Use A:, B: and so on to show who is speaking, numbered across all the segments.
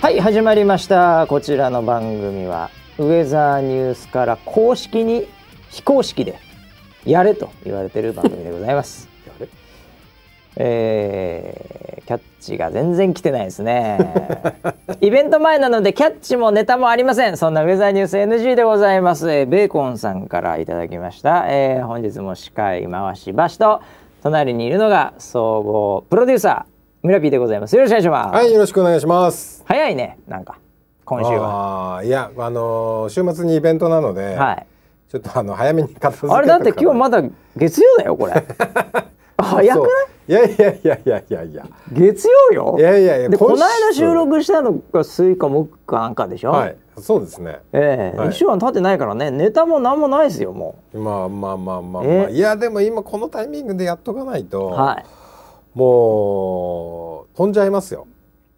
A: はい始まりましたこちらの番組はウェザーニュースから公式に非公式でやれと言われてる番組でございます
B: やれ
A: えーキャッチが全然来てないです ねイベント前なのでキャッチもネタもありませんそんなウェザーニュース NG でございます、えーベーコンさんからいただきました、えー本日も司会回し橋と隣にいるのが総合プロデューサー村 P でございますよろしくお願いします、
B: はい、よろしくお願いします。
A: 早いねなんか今週は
B: ああー、いや、あのー週末にイベントなので、
A: はい
B: ちょっとあの早めに片付け
A: あれだって今日
B: ま
A: まだ月曜だよこ れ早くない
B: いやいやいやいやいやいや。
A: 月曜よ
B: いやいやいや
A: でこ
B: 今
A: の
B: 週
A: 間収録したのが水か木かなんかでしょ、
B: はい、そうですね。
A: ええ
B: はい
A: 一週間経ってないからねネタも何もないですよも
B: まあまあまあまあ、まあ、
A: え
B: いやでも今このタイミングでやっとかないと、
A: うはい
B: もう飛んじゃいますよ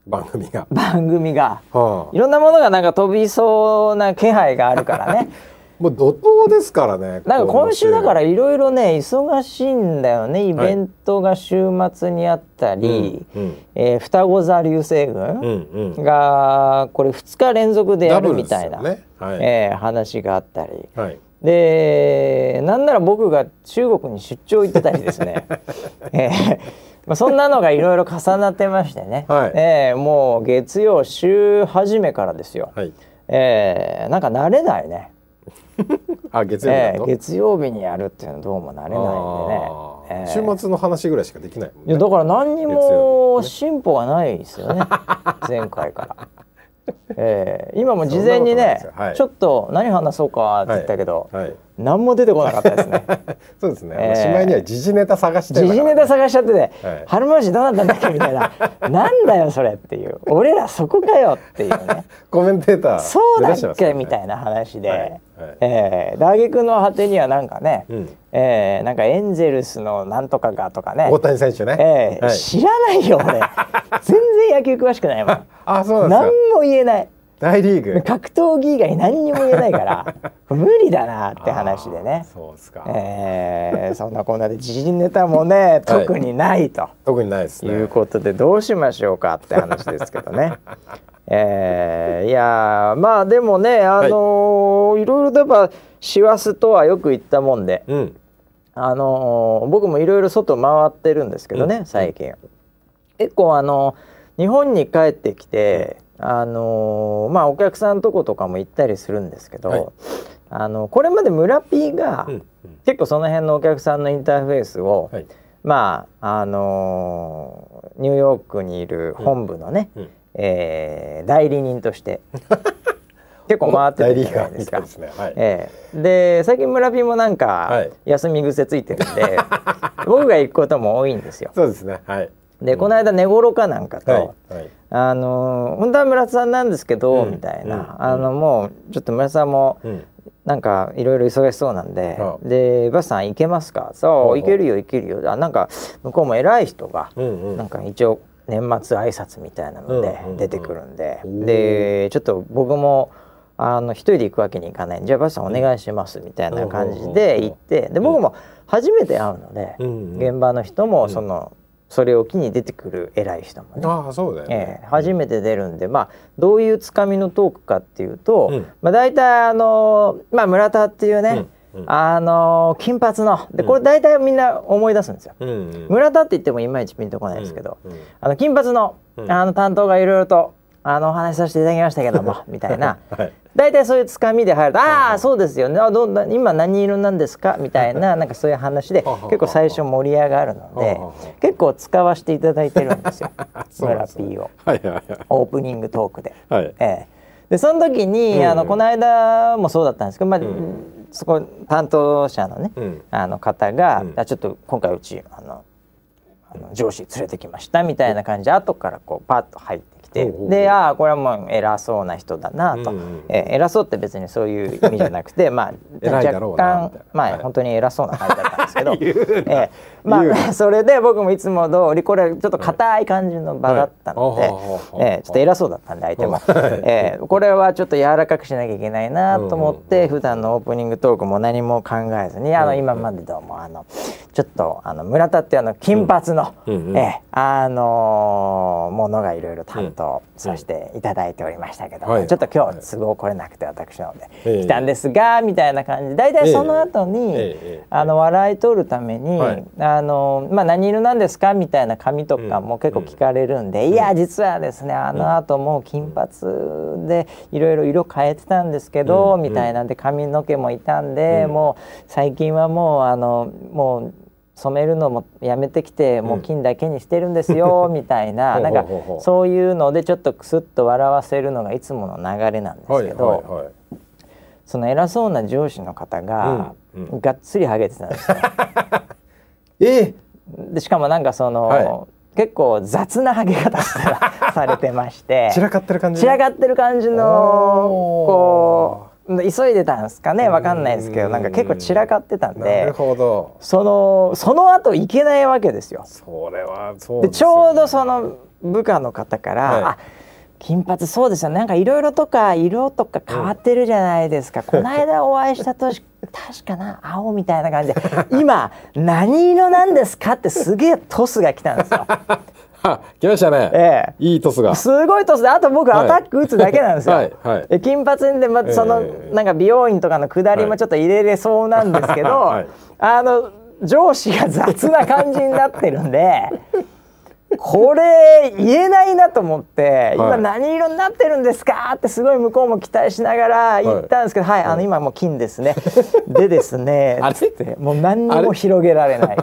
B: 番組が。
A: 番組が
B: はい
A: ろんなものがなんか飛びそうな気配があるから ね
B: あ、もう怒涛ですからね。。
A: なんか今週だかららいろいろね忙しいんだよねイベントが週末にあったり、
B: うん
A: えー双子座流星群、
B: うんうん。
A: がこれ2日連続でやるみたいな、
B: ダブルですよねはい
A: えー話があったり
B: はい。
A: でなんなら僕が中国に出張行ってたりです ね、えーまあ、そんなのがいろいろ重なってましてね、
B: はい
A: えーもう月曜週初めからですよ、
B: はい。
A: えーなんか慣れないね、
B: あ、月曜日
A: え
B: だ
A: ー
B: と。
A: 月曜日にやるっていうのはどうも慣
B: あ
A: れないんでね、えー
B: ー週末の話ぐらいしかできないもん
A: いや
B: ね。
A: だから何に
B: 月曜
A: も進歩がないですよ ね前回から。えー今も事前にね
B: そんなことないですよはい
A: ちょっと何話そうかって言ったけど、
B: はい。
A: 何も出てこなかったですね
B: そうですね。
A: えー
B: しまいには時事ネタ探して
A: 時事ネタ探しちゃってて「
B: はい
A: 春回しどうなったんだっけ?」みたい な「なんだよそれ」っていう「俺らそこかよ」っていうね
B: コメンテーター
A: 「そうだ
B: 出してま
A: っ
B: すから
A: け?」
B: ね
A: みたいな話
B: はい
A: で
B: はい
A: えー打撃の果てにはなんかね、
B: うん
A: えーなんかエンゼルスのなんとかがとかね
B: 大谷選手ね。
A: ええ
B: はい
A: 知らないよ 俺全然野球詳しくないもん
B: あ、そうなん
A: 何
B: ですか。
A: も言えない
B: 大リーグ。
A: 格闘技以外何にも言えないから 無理だなって話でね
B: あーそうですか。
A: ええそんなこんなで時事ネタもね特にないと
B: 特にないです
A: い
B: ね
A: う。ことでどうしましょうかって話ですけど ねええいやーまあでもねあのーいろいろやっぱ師走とはよく言ったもんで
B: うん。
A: あのー僕もいろいろ外回ってるんですけどね、最近結構あの日本に帰ってきて、あのーまあお客さんとことかも行ったりするんですけど、
B: はい
A: あのこれまで村 P が、
B: うん。
A: 結構その辺のお客さんのインターフェースを、
B: はい。
A: まああのーニューヨークにいる本部のね、
B: うんうん
A: えー代理人として結構回って
B: 大
A: る
B: リ
A: じゃな
B: ーガ
A: い
B: ー
A: で
B: み
A: す
B: た
A: か
B: いで。すね。はい。
A: ええで最近村ピもなんか
B: はい
A: 休み癖ついてるんで、 僕が行くことも多いんですよ。
B: そうですね。はい。
A: でこの間寝頃かなんかと、
B: はい。はい。
A: あのー本当は村田さんなんですけど、
B: うん
A: みたい
B: うん
A: な、あのもうちょっと村田さんも
B: うん。
A: なんかいろいろ忙しそうなんで、
B: ああ
A: でバスさん行けますか
B: ほう
A: そ
B: ほ
A: う
B: う
A: 行けるよ行けるよあなんか向こうも偉い人が、
B: うんう
A: なん
B: ん。
A: か一応年末挨拶みたいなので
B: うんうんうん
A: 出てくるんで、
B: おー
A: でちょっと僕もあの一人で行くわけにいかないんでじゃあバスさんお願いしますみたいな感じ
B: うんうんうんうん
A: で行ってで僕も初めて会うので、
B: うんうん
A: 現場の人もその、それを機に出てくる偉い人もね、
B: ああ、そうだよ
A: え
B: ね。
A: え初めて出るんで、まあ、どういうつかみのトークかっていうと、
B: うん
A: まあ、大体あの、まあ、村田っていうね、
B: うんうん
A: あの金髪のでこれ大体みんな思い出すんですよ。
B: うんうん。
A: 村田って言ってもいまいちピンとこないですけど、
B: うんうん
A: あの金髪の,、
B: うん
A: あの担当がいろいろとあのお話しさせていただきましたけどもみたいな
B: はい。
A: 大体そういうつかみで入ると「ああそうですよねあどんな今何色なんですか?」みたい ななんかそういう話で
B: ははは
A: 結構最初盛り上がるの
B: は
A: で
B: はは
A: 結構使わせていただいてるんですよ 村 P を
B: はいはい
A: オープニングトークで。
B: はい。はい。
A: ええ、でその時に、あのこの間もそうだったんですけど、まあそこ担当者のね、
B: うん
A: あの方が、
B: うん
A: あちょっと今回うちあのあの上司連れてきましたみたいな感じで後からこうパッと入ってきて、
B: ほうほうほう
A: でああこれはもう偉そうな人だなと、
B: うんうん
A: ええ偉そうって別にそういう意味じゃなくてまあ
B: 偉い
A: 若
B: だろう
A: 干
B: なみたいな
A: まあ、
B: はい
A: 本当に偉そうな感じだったんですけど、ええま
B: 言う
A: あ それで僕もいつも通りこれちょっと硬い感じの場だったので
B: はいあははは
A: ええちょっと偉そうだったんで相手もええこれはちょっと柔らかくしなきゃいけないなと思って普段のオープニングトークも何も考えずにあの今までどうもあのちょっとあの村田っていうあの金髪の
B: うんうんうん
A: ええあのーものがいろいろ担当させていただいておりましたけど
B: はい
A: ちょっと今日都合来れなくて私なの
B: え
A: で
B: え
A: 来たんですがみたいな感じ大体その後に、
B: ええええ
A: あの笑い取るために、
B: はい
A: あのまあ、何色なんですかみたいな髪とかも結構聞かれるんで、いや実はですねあの後もう金髪でいろいろ色変えてたんですけど、みたいなんで髪の毛もいたんで、もう最近はもうあのもう。染めるのもやめてきてもう金だけにしてるんですよ、みたいななんか
B: ほうほうほうほう
A: そういうのでちょっとクスッと笑わせるのがいつもの流れなんですけど、
B: はいはいはい
A: その偉そうな上司の方が、
B: うん
A: がっつりハゲてたんですよ。
B: え
A: でしかもなんかその、
B: は
A: 結構雑なハゲ方さされて まして
B: 散らかってる感じ
A: 散らかってる感じのこ
B: お
A: う急いでたんですかねわかんないですけ
B: う
A: ど
B: ん
A: なんか結構散らかってたん
B: なる
A: で
B: ほど
A: そのその後行けないわけですよ。
B: それはそう
A: で
B: です
A: ち
B: よね
A: ょうどその部下の方から「
B: はい
A: あ金髪そうですよなんかいろいろとか色とか変わってるじゃないです か、この間お会いした年確かな青みたいな感じで 今何色なんですか?」ってすげえトスが来たん ですよ。
B: は来ましたね、
A: え
B: いいトスが
A: すごいトスであと僕
B: はい
A: アタック打つだけなんですよ。
B: はいはい
A: え金髪で、ま、その、
B: ええ
A: なんか美容院とかの下りもちょっと入れれそうなんですけ ど、
B: はい
A: あの上司が雑な感じになってるんで。これ言えないなと思って、今
B: はい
A: 何色になってるんですかってすごい向こうも期待しながら言ったんですけど、はい、あの今もう金ですね。でです ね、
B: あれ
A: つってもう何にも広げられ ない。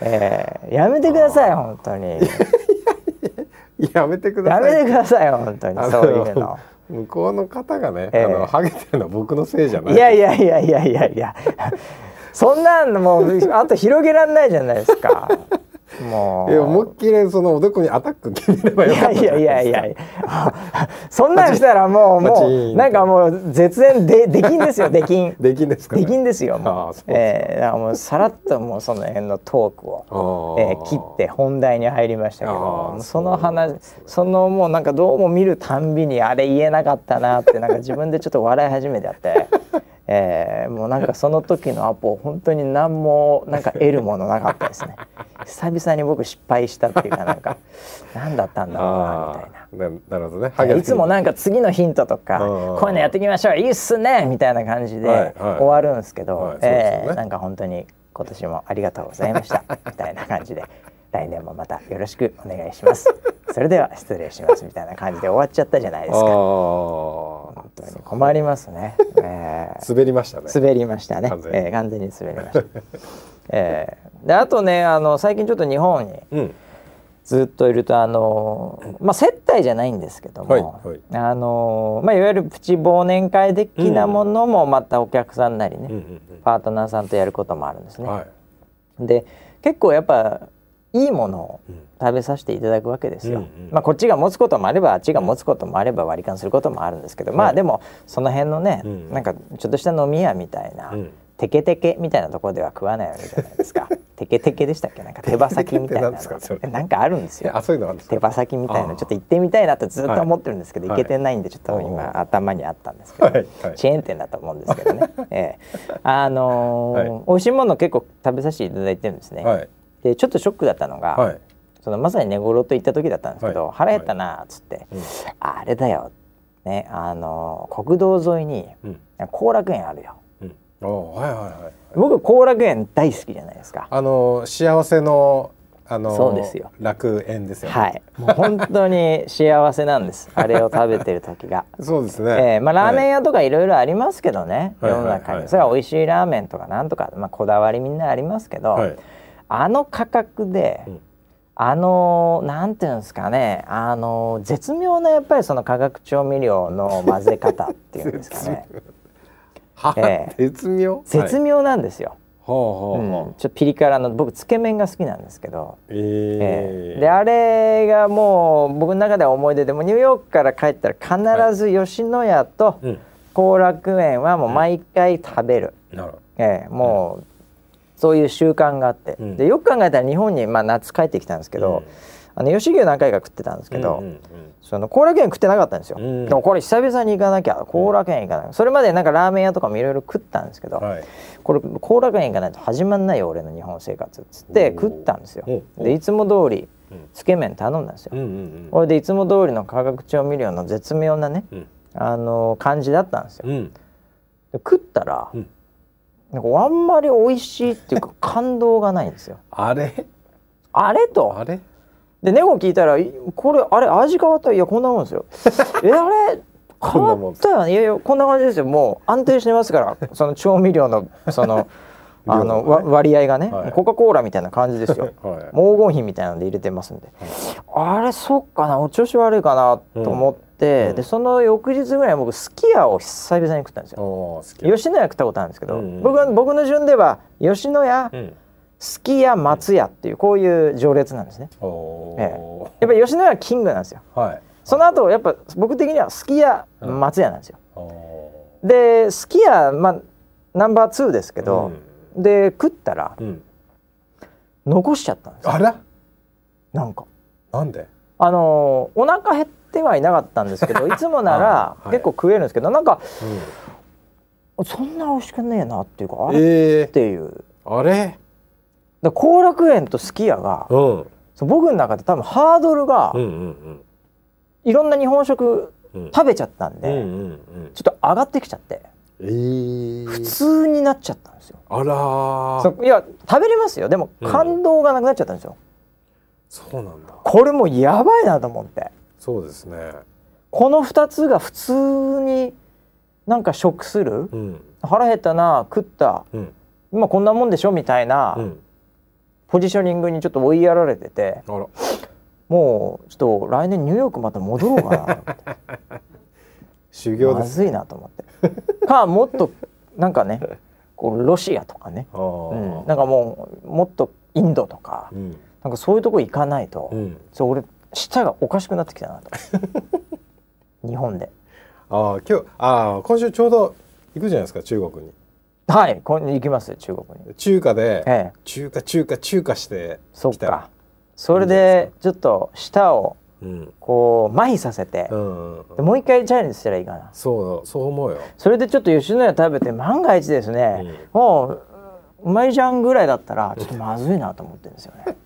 A: えーやめてください本当に。
B: やめてくだ
A: や
B: さい
A: めてくださいよ本当に
B: あの
A: そういうの。
B: 向こうの方がね、
A: ええ
B: あのハゲてるのは僕のせいじゃない
A: いやいやいやいやいやいや。そんなんもうあと広げられないじゃないですか。も
B: え思いっきりそのおでこにアタック決めれば
A: う。い
B: よか
A: や
B: った
A: い
B: じゃ
A: や
B: ないい
A: や
B: で
A: い
B: すか
A: やいや。そんなんしたらもう
B: パチン
A: もうなんかもう絶縁でできんですよできん。
B: できんですか、ね、
A: できんですよ
B: あ
A: も
B: あ
A: う
B: そうです。か
A: えーだからもうさらっともうその辺のトークを。
B: ああ
A: えー切って本題に入りましたけ
B: あ
A: ど
B: ー
A: その話そのもうなんかどうも見るたんびにあれ言えなかったなってなんか自分でちょっと笑い始めちゃって、 えーもうなんかその時のアポ本当に何もなんか得るものなかったですね久々に僕失敗したっていうかなんか何だったんだろうなみたいな。
B: ああななるほどねハゲてる
A: いつもなんか次のヒントとか
B: うん
A: こういうのやっていきましょういいっすねみたいな感じ
B: はい
A: で
B: はい
A: 終わるんですけど、
B: はいそうですよね
A: えーなんか本当に今年もありがとうございました みたいな感じで来年もまたよろしくお願いし ますそれでは失礼しますみたいな感じで終わっちゃったじゃないですか
B: あ
A: 本当に困りますね、えー
B: あ滑りましたね
A: 滑りましたね
B: 完全に
A: えー完全に滑りました、えーであとねあの最近ちょっと日本に
B: うん
A: ずっといるとあの、まあ、接待じゃないんですけども、
B: はい
A: い
B: はい
A: あのまあ、いわゆるプチ忘年会的なものもまたお客さんなりね、
B: うんうん
A: パートナーさんとやることもあるんです
B: うん
A: ね。
B: はい
A: で結構やっぱいいものを食べさせていただくわけですよ、
B: うんうん
A: まあ、こっちが持つこともあればあっちが持つこともあれば割り勘することもあるんですけど、まあでもその辺のね、
B: うん
A: なんかちょっとした飲み屋みたいな、
B: うん
A: テケテケみたいなところでは食わないわけじゃない ですかテケテケでしたっけなんか手羽先みたいなの
B: テケテケって何ですかそれ
A: えなんかあるんです
B: え
A: よ
B: あそういうのあるんです
A: 手
B: か
A: 羽先みたい
B: あ
A: な
B: ー
A: ちょっと行ってみたいなとずっと思ってるんですけど、
B: はい
A: 行けてないんでちょっと
B: おうおう
A: 今頭にあったんですけど、
B: はいはい
A: チェーン店だと思うんですけどね、ええあのー
B: はい
A: 美味しいもの結構食べさせていただいてるんですね、
B: はい
A: でちょっとショックだったのが、
B: はい
A: そのまさに寝頃と行った時だったんですけど、
B: はい
A: 腹減ったなーっつって、あれだよ、ねあのー国道沿いに
B: うん
A: 後楽園あるよ
B: うんああはいはいはい
A: 僕後楽園大好きじゃないですか
B: あの幸せのあの
A: そうですよ
B: 楽園ですよね
A: はいもう本当に幸せなんですあれを食べてる時が。
B: そうですね
A: ええまあ、ラーメン
B: ン
A: 屋とかいろいろありますけどね、
B: はい
A: 世の
B: はい
A: 中
B: はい
A: にそれは美味しいラーメンとかなんとか、まあ、こだわりみんなありますけど、
B: はい
A: あの価格で、
B: うん
A: あのなんていうんですかねあの絶妙なやっぱりその化学調味料の混ぜ方っていうんですかね
B: は
A: ええ
B: 絶妙
A: 絶
B: はい
A: 妙なんですよ、
B: ほうほう
A: うん
B: ほ
A: ちょっとピリ辛の僕つけ麺が好きなんですけど。
B: う
A: え
B: ええ
A: えであれがもう僕の中では思い出でもうニューヨークから帰ったら必ず吉野家と
B: うん
A: 後楽園はもう毎回食べる、
B: なるほど
A: ええもうそういう習慣があって、
B: うん
A: でよく考えたら日本に、まあ、夏帰ってきたんですけど、あの吉牛何回か食ってたんですけど、
B: うんうん
A: その後楽園食ってなかったんですよ、
B: うん
A: でもこれ久々に行かなきゃ後楽園行かない、それまでなんかラーメン屋とかもいろいろ食ったんですけど、
B: うんはい
A: これ後楽園行かないと始まんないよ俺の日本生活っつって
B: おー
A: 食ったんですよ
B: お
A: でいつも通り
B: うん
A: つけ麺頼んだんですよ
B: うんうん
A: これでいつも通りの化学調味料の絶妙なね、
B: うん
A: あの感じだったんですよ
B: うんうん
A: で食ったら、
B: うん
A: なんかあんまり美味しいっていうか感動がないんですよ
B: あれ
A: あれと
B: あれ
A: でネゴ聞いたらい「これあれ味変わったいやこんなもんです よ」「えあれ
B: こ
A: 変
B: ん
A: わ
B: なもん
A: っ
B: で
A: たよねいやいやこんな感じですよもう安定してますからその調味料のそのあ
B: 量が
A: の
B: ね
A: わ割合がね、
B: はい
A: コカ・コーラみたいな感じですよ
B: はい
A: もう黄金比みたいなので入れてますんで、あれそっかなお調子悪いかなと思って、
B: うんうん
A: でその翌日ぐらい僕すき家を久々に食ったんですよ
B: おー好き
A: 吉野家食ったことあるんですけど、
B: うんうん
A: 僕は僕の順では吉野家
B: うん
A: すき家松屋っていうこういう序列なんですね
B: お
A: え
B: ー
A: やっぱ吉野家はキングなんですよ
B: はい
A: その後やっぱ僕的にはすき家
B: うん
A: 松屋なんですよ、
B: お
A: で好きやまあナンバー2ですけ
B: ー
A: ど、で食ったら
B: うんうん
A: 残しちゃったんですよ
B: あら
A: なんか
B: なんで
A: あのーお腹減ってはいなかったんです けどいつもなら
B: あーはい
A: 結構食えるんですけど、なんか
B: うん
A: そんな美味しくねえなっていうかあれっ
B: え
A: ていう
B: ーあれ
A: で後楽園とすき家が
B: うんうん
A: そう僕の中で多分ハードルが
B: うんうん
A: いろんな日本食
B: うん
A: 食べちゃったんで、
B: うんうん
A: ちょっと上がってきちゃって
B: うんえー
A: 普通になっちゃったんですよ、
B: あらー
A: そういや食べれますよでも感動がなくなっちゃったんですよ、
B: そうなんだ
A: これもうやばいなと思って。
B: そうですね
A: この2つが普通になんか食する
B: うん
A: 腹減ったな食った
B: うん
A: 今こんなもんでしょみたいな
B: うん
A: ポジショニングにちょっと追いやられてて
B: あら
A: もうちょっと来年ニューヨークまた戻ろうかな と思って
B: 修行
A: ま
B: です
A: ずいなと思ってかもっとなんかねこうロシアとかね、
B: あ
A: うん、
B: ー
A: なんかもうもっとインドとか
B: うん
A: なんかそういうとこ行かないと、
B: うん
A: そう俺舌がおかしくなってきたなと 日本で
B: ああ今日ああ今週ちょうど行くじゃないですか中国に
A: はいこん行きますよ中国に
B: 中華で、
A: ええ
B: 中華中華中華して
A: そっ
B: きたら
A: か。それでちょっと舌を
B: うん
A: こう麻痺させて
B: う、んうん
A: でもう一回チャレンジしたらいいかな。
B: そうそう思うよ
A: それでちょっと吉野家食べて万が一ですね、もううまいじゃんぐらいだったらちょっとまずいなと思ってるんですよね。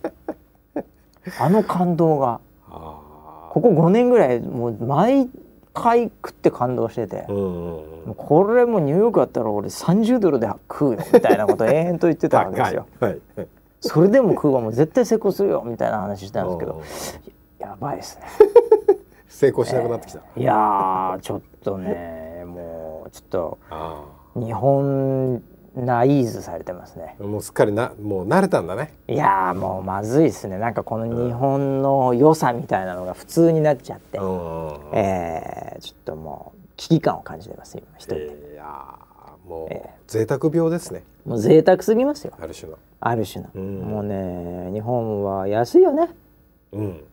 A: あの感動が
B: あ
A: ここ5年ぐらいもう毎回食って感動してて
B: あう、んう
A: も
B: ん
A: うこれもうニューヨークだったら俺30ドルで食うよみたいなことを延々と言ってたわけで
B: 高
A: す
B: い
A: よ。
B: はい
A: それでも食うわもう絶対成功するよみたいな話したんですけ
B: う
A: ど
B: ん、
A: やばいですね。
B: 成功しなくなってきた、
A: いやーちょっとねもうちょ
B: あ
A: っと日本ナイーズされてますね
B: あもうすっかりなもう慣れたんだね
A: いやーもうまずいですねなんかこの日本の良さみたいなのが普通になっちゃって、
B: うんうんうん
A: えーちょっともう危機感を感じてます今一人で、
B: いやーもう贅沢病ですね
A: もう贅沢すぎますよ
B: ある種の
A: ある種の、
B: うん
A: もうね日本は安いよね
B: うん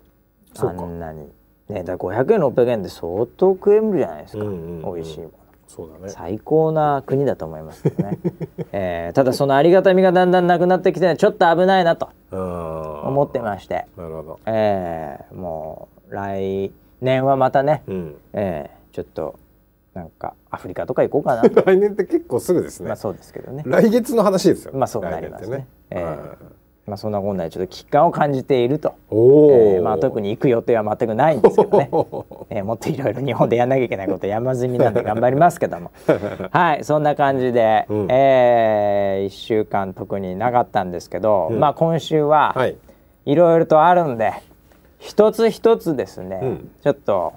B: そ
A: あ
B: うか
A: んなにねだから500円600円って相当食えるじゃないですか、
B: うんうんうん
A: 美味しいもの
B: そうだね
A: 最高な国だと思いますけど ね、えーただそのありがたみがだんだんなくなってきてちょっと危ないなと思
B: 思
A: ってまして、
B: なるほど
A: えーもう来年はまたね、
B: うん
A: えーちょっとなんかアフリカとか行こうかな と
B: 来年って結構すぐですね、
A: まあそうですけどね
B: 来月の話ですよ
A: まあそうなりますね
B: 来年って
A: ええ
B: はい
A: まあそんなこんなでちょっと危機感を感じていると、え
B: おお、、
A: ーまあ特に行く予定は全くないんですけどね
B: お
A: えーもっといろいろ日本でやんなきゃいけないこと山積みなんで頑張りますけど もはいそんな感じで、
B: うん
A: え1週間特になかったんですけど、まあ今週は、
B: ーはい
A: いろいろとあるんで一つ一つですね、
B: うん
A: ちょっと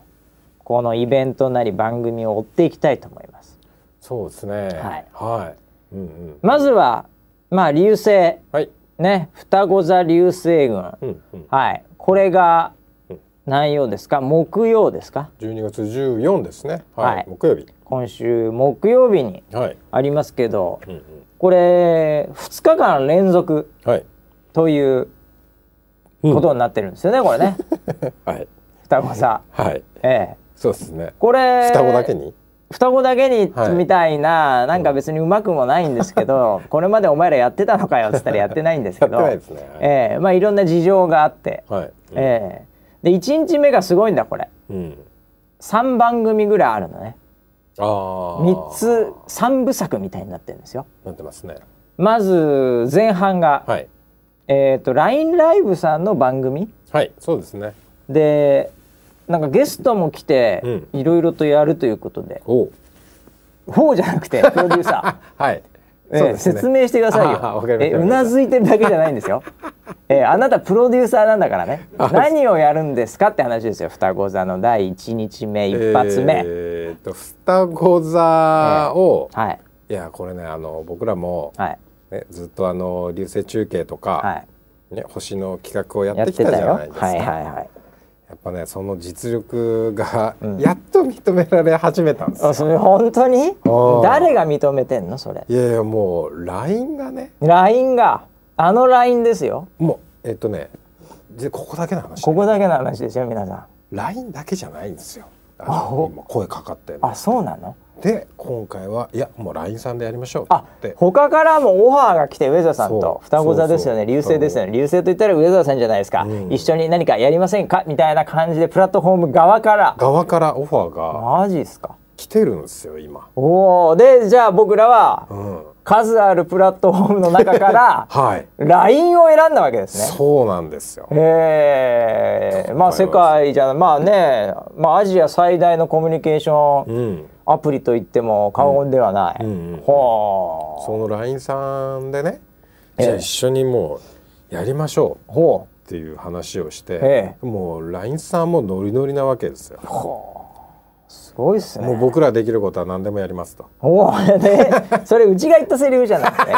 A: このイベントなり番組を追っていきたいと思います
B: そうですね
A: はい
B: はいうんうん
A: まずはまあ流星
B: はい
A: ね双子座流星群、
B: うんうん
A: はいこれが
B: うん
A: 何曜ですか木曜ですか
B: 12月14ですねはい、
A: はい
B: 木曜日
A: 今週木曜日に
B: はい
A: ありますけど
B: うんうん
A: これ2日間連続
B: はい
A: ということになってるんですよね、これ ね
B: はい
A: 双子座
B: はい
A: ええ
B: そうですね
A: これ
B: 双子だけに
A: 双子だけに
B: はい
A: みたいな、なんか別にうまくもないんですけどこれまでお前らやってたのかよっつったらやってないんですけど
B: やってないですねはい
A: ええまあいろんな事情があって、
B: はい。
A: ええで1日目がすごいんだこれ
B: うん。
A: 3番組ぐらいあるのね
B: ああ。
A: 3つ3部作みたいになってるんですよ。
B: なってますね。
A: まず前半が、
B: はい。
A: えっ、と LINE ライブさんの番組
B: はい。そうですね。
A: でなんかゲストも来ていろいろとやるということで、
B: おう。
A: ほうじゃなく てプロデューサ
B: はい。
A: ー、え
B: そう
A: ー
B: ですね
A: 説明してください
B: あー
A: よ
B: わかりま
A: え
B: した
A: うなずいてるだけじゃないん ですよ、えーあなたプロデューサーなんだからね何をやるんですかって話ですよ双子座の第1日目一発目、
B: えーっと双子座を、
A: はい
B: いやこれねあの僕らも、
A: はい
B: ね、ずっとあの流星中継と
A: は
B: か、
A: い
B: ね、星の企画をや
A: や
B: っ
A: って
B: てき
A: た
B: たじ
A: よ
B: ゃ
A: は
B: ない
A: い
B: ですか。
A: はいはい
B: やっぱねその実力がやっと認められ始めたんですよ。
A: あそれ本当に
B: ー
A: 誰が認めてんのそれ
B: いやいやもう LINE がね
A: LINE があの LINE ですよ
B: もうえっとねでここだけの話
A: ここだけの話ですよ皆さん
B: LINE だけじゃないんですよ。
A: あ
B: あ
A: ほ
B: の今声かかってる
A: あそうなの
B: で今回はいやもう LINE さんでやりましょうって
A: あ
B: 言って
A: 他からもオファーが来て上澤さんと
B: そう
A: 双子座ですよね
B: そうそう
A: 流星ですよね流星と言ったら上澤さんじゃないですか、
B: うん
A: 一緒に何かやりませんかみたいな感じでプラットフォーム側から
B: 側からオファーが
A: マジっすか
B: 来てるんですよ今。
A: おおでじゃあ僕らは
B: うん、
A: 数あるプラットフォームの中か ら
B: はい、
A: LINE を選んだわけですね
B: そうなんですよ。
A: えー、まあ世界じゃまあね、まあ、アジア最大のコミュニケーショ
B: う
A: ン
B: ん、
A: アプリといっても過言ではない、
B: うんうんうん
A: ほ
B: その LINE さんでね、
A: ええ
B: じゃあ一緒にもうやりましょ
A: うほ
B: うっていう話をして、
A: え
B: もう LINE さんもノリノリなわけですよ。
A: うほうすごいっすね
B: もう僕らできることは何でもやりますと。
A: おおね それうちが言ったセリフじゃなくて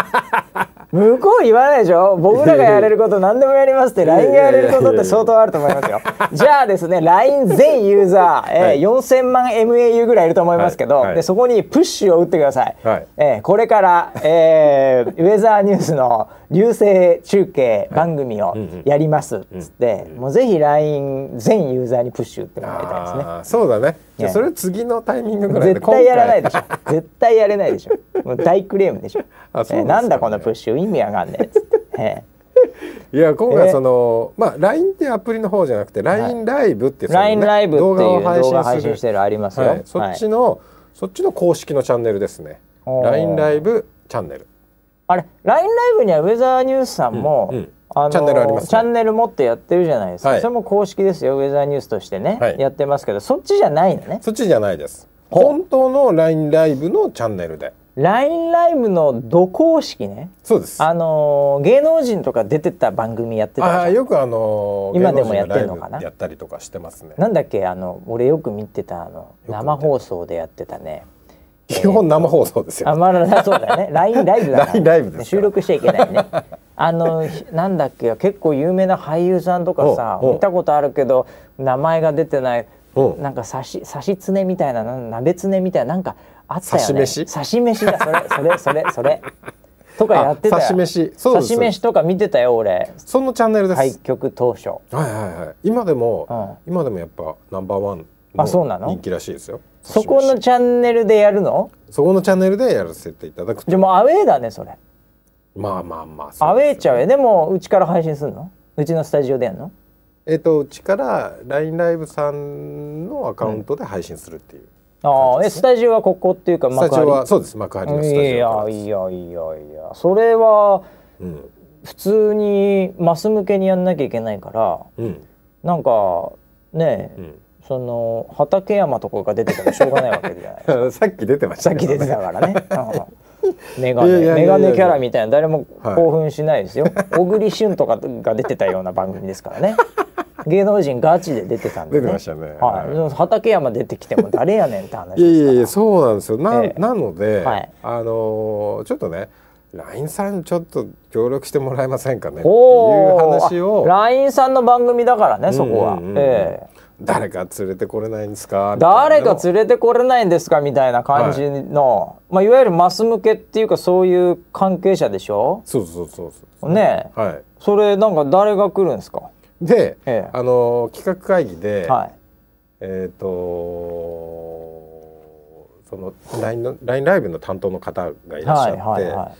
A: 向こう言わないでしょ僕らがやれること何でもやりますって LINE がやれることって相当あると思いますよじゃあですね LINE 全ユーザー、えー
B: はい
A: 4000万 MAU ぐらいいると思いますけど、
B: はいはい
A: でそこにプッシュを打ってください、
B: はい
A: えーこれから、えーウェザーニュースの流星中継番組をやりますっつって、もうぜひ LINE 全ユーザーにプッシュ打ってもらいたいですね
B: ああー、そうだね。じゃ
A: ええ
B: あそれ次のタイミングぐらいで
A: 絶対やらないでし
B: 今
A: ょ絶対やれないでしょもう大クレームでしょ
B: あそう
A: え
B: ですかね
A: ーなんだこのプッシュ意味わかんねえっつ って、え
B: 回いや今
A: ええ
B: 回その、まあ LINE っていうアプリの方じゃなくて LINE ライブってい
A: ー、
B: うそのね
A: LINE ライブっていう動画を配信
B: る
A: してるありますよ、
B: はい、そっち
A: はい
B: の、そっちの公式のチャンネルですね。
A: おー
B: LINE ライブチャンネル。
A: あれ LINE ライブにはウェザーニュースさんも、
B: うんうん
A: あの
B: チャンネルありますね
A: チャンネル持ってやってるじゃないですか、
B: はい
A: それも公式ですよウェザーニュースとしてね、
B: はい
A: やってますけどそっちじゃないのね
B: そっちじゃないです。
A: ほう
B: 本当の LINE ライブのチャンネルで。
A: LINE ライブの土公式ね
B: そうです。あ
A: あのー芸能人とか出てた番組やってた
B: あ
A: でし
B: ー
A: ょ
B: よくあのー
A: 今でも
B: 芸能人
A: やってんのかな
B: ライブやったりとかしてますね。
A: なんだっけあの俺よく見てたあの
B: た
A: 生放送でやってたね
B: 基本生放送です
A: あ
B: よ。
A: まだそうだよ ね LINE ライブだから
B: LINE ライブですから
A: 収録しちゃいけないねあのひなんだっけ結構有名な俳優さんとかさ
B: おうおう
A: 見たことあるけど名前が出てない
B: おう
A: なんか差し差しつねみたいなな鍋つねみたいななんかあったよね
B: 差し飯
A: 差し飯だそれそれそれそれとかやってたよ
B: あ差し飯そうです
A: 差し飯とか見てたよ俺
B: そのチャンネルです。は
A: 開
B: い
A: 局当初
B: はいはい。今でも、今でもやっぱナンバーワン
A: あそうなの
B: の人気らしいですよ。
A: そこのチャンネルでやるの
B: そこのチャンネルでやらせていただくと
A: じゃあもうアウェーだねそれ
B: まあまあまあそ
A: ア
B: う
A: ウェ
B: で
A: ー
B: す
A: ちゃうよでもうちから配信するのうちのスタジオでやるの
B: えっとうちから LINE ライブさんのアカウントで配信するっていう、
A: ああ、えスタジオはここっていうか
B: ス
A: 幕
B: タジオ
A: 張
B: はそうです幕張のスタジオ
A: い
B: から
A: や
B: です
A: いやいやいやそれは
B: うん
A: 普通にマス向けにやんなきゃいけないから
B: うん
A: なんかねえ、
B: うん
A: その畠山とかが出てたらしょうがないわけじ ゃない
B: さっき出てま し
A: さ
B: た
A: っ
B: け
A: き出
B: どね
A: てたから ね、うん、メガ
B: いやいやい
A: ネ
B: やいや
A: メガネキャラみたいな誰も
B: はい
A: 興奮しないですよ、小栗旬とかが出てたような番組です からね芸能人ガチで出てたんで、ね、
B: 出てましたね
A: はい、でも畠山出てきても誰やねんって話ですか
B: い
A: ら
B: やいやいやそうなんですよな,、
A: ええ
B: なので、
A: はい
B: あのーちょっとね LINE さんちょっと協力してもらえませんかねっていう
A: お
B: 話を
A: ラインさんの番組だからねそこは、
B: うんうんうん
A: ええ
B: 誰か連れてこれないんですかみたいな
A: 誰か連れてこれないんですかみたいな感じの、いまあ、いわゆるマス向けっていうかそういう関係者でしょ
B: そうそうそうそう
A: ねえ
B: はい
A: それなんか誰が来るんですか
B: で、
A: ええ
B: あのー企画会議で、
A: はい
B: えっ、とその LINE の LINE ライブの担当の方がいらっしゃって、
A: はいはいは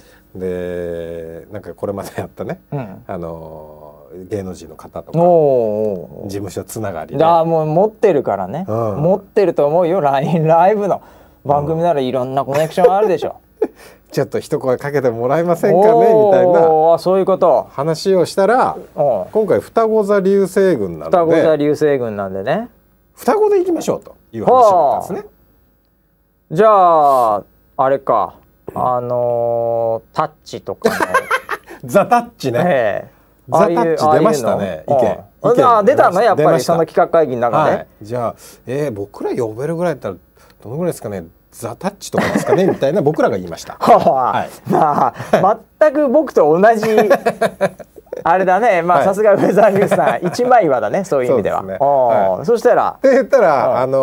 B: でなんかこれまでやったね、
A: うん
B: あのー芸能人の方と
A: おー
B: か
A: おー
B: 事務所つながりで
A: だもう持ってるからね、
B: うん
A: 持ってると思うよ LINE ライブの番組ならいろんなコネクションあるでし ょ
B: ちょっと一声かけてもらえませんかねみたいな
A: おーあそういうこと
B: 話をしたら
A: おう
B: 今回双子座流星群な
A: 双
B: の
A: 子座
B: で
A: 流星群なんでね
B: 双子でいきましょうという話だったんですね。
A: じゃああれかあのータッチと かね
B: ザ・タッチね、
A: ええ
B: ザタッチ
A: ああいう
B: 出ましたね
A: ああいうの
B: 意見
A: うん
B: 意見
A: あ出たのやっ
B: 出
A: ぱ
B: ま
A: り
B: した
A: その企画会議の中で、
B: はい、じゃあ、えー僕ら呼べるぐらいだったらどのぐらいですかねザ・タッチとかですかねみたいな僕らが言い ました。
A: はあ まあ全く僕と 同じあれだねま
B: は
A: あ
B: い
A: さすがウェザーニュース さん一枚岩だねそういう意味では
B: そうですね
A: おーそしたら
B: って言ったら、
A: はい
B: あの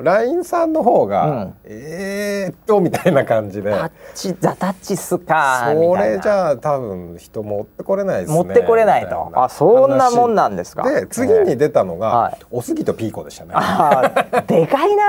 B: ー、LINE さんの方が「
A: うん
B: えーっと」みたいな感じで
A: 「タッチザタッチっすか」み
B: そ
A: たい
B: れじ
A: な
B: ゃあ多分人持ってこれないですね
A: 持ってこれない
B: みた
A: とあそんなもんなんですか
B: で次に出たのが、
A: はい
B: おすぎとピーコでしたね。
A: あーでかい な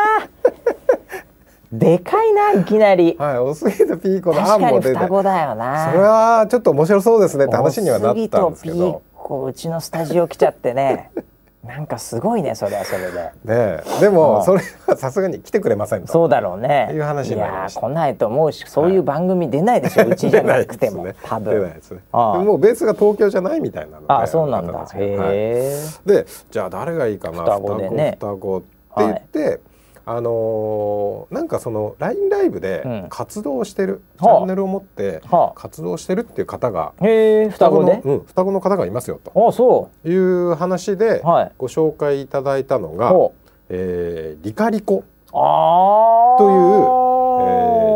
A: でかいないきなり
B: はい、おすぎとピーコの
A: 確
B: 案
A: か
B: も
A: に
B: 出て
A: 双子だよな
B: それはちょっと面白そうですねって話にはなったんです
A: お杉
B: け
A: と
B: ど。
A: ピーコうちのスタジオ来ちゃってね なんかすごいねそれはそれで
B: ねえ、で
A: ああ
B: もそれはさすがに来てくれませんと。
A: そうだろうね
B: いう話になり
A: や
B: ま
A: ー
B: した
A: 来ないと思うしそういう番組出ないでしょ、うちじゃなくても、
B: 出ないですね
A: 多
B: 出ない
A: 分
B: ですね。で
A: ああ
B: もうベースが東京じゃないみたいなので。
A: あそうなんだ
B: 方たちが
A: へ
B: はい
A: え、
B: でじゃあ誰がいいかな
A: 双子でね
B: 双子双子って言って、あのーなんかその LINE ライブ
A: う
B: で
A: ん
B: 活動してる、チ
A: はあ
B: ャンネルを持って
A: はあ
B: 活動してるっていう方が
A: へえ双子
B: の
A: ね
B: うん、双子の方がいますよと
A: あそ
B: いう話で
A: うはい
B: ご紹介いただいたのが、
A: ほう
B: えーリカリコ、
A: あー
B: というえ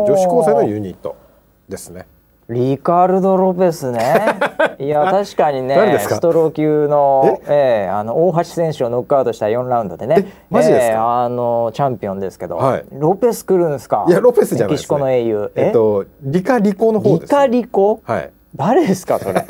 B: ー女子高生のユニットですね。
A: リカルド・ロペス ねいや確かに
B: 誰
A: ね
B: ですか
A: ストロー級の,、ええあの大橋選手をノックアウトした4ラウンドでね
B: えマジですか
A: ええあのチャンピオンですけど、
B: はい
A: ロペス来るんですか
B: いやロペスじゃない
A: メ
B: ですね
A: キシコの英雄
B: えっとリカリコの方
A: リ
B: です、
A: カリコ
B: はい。
A: 誰ですかそ れ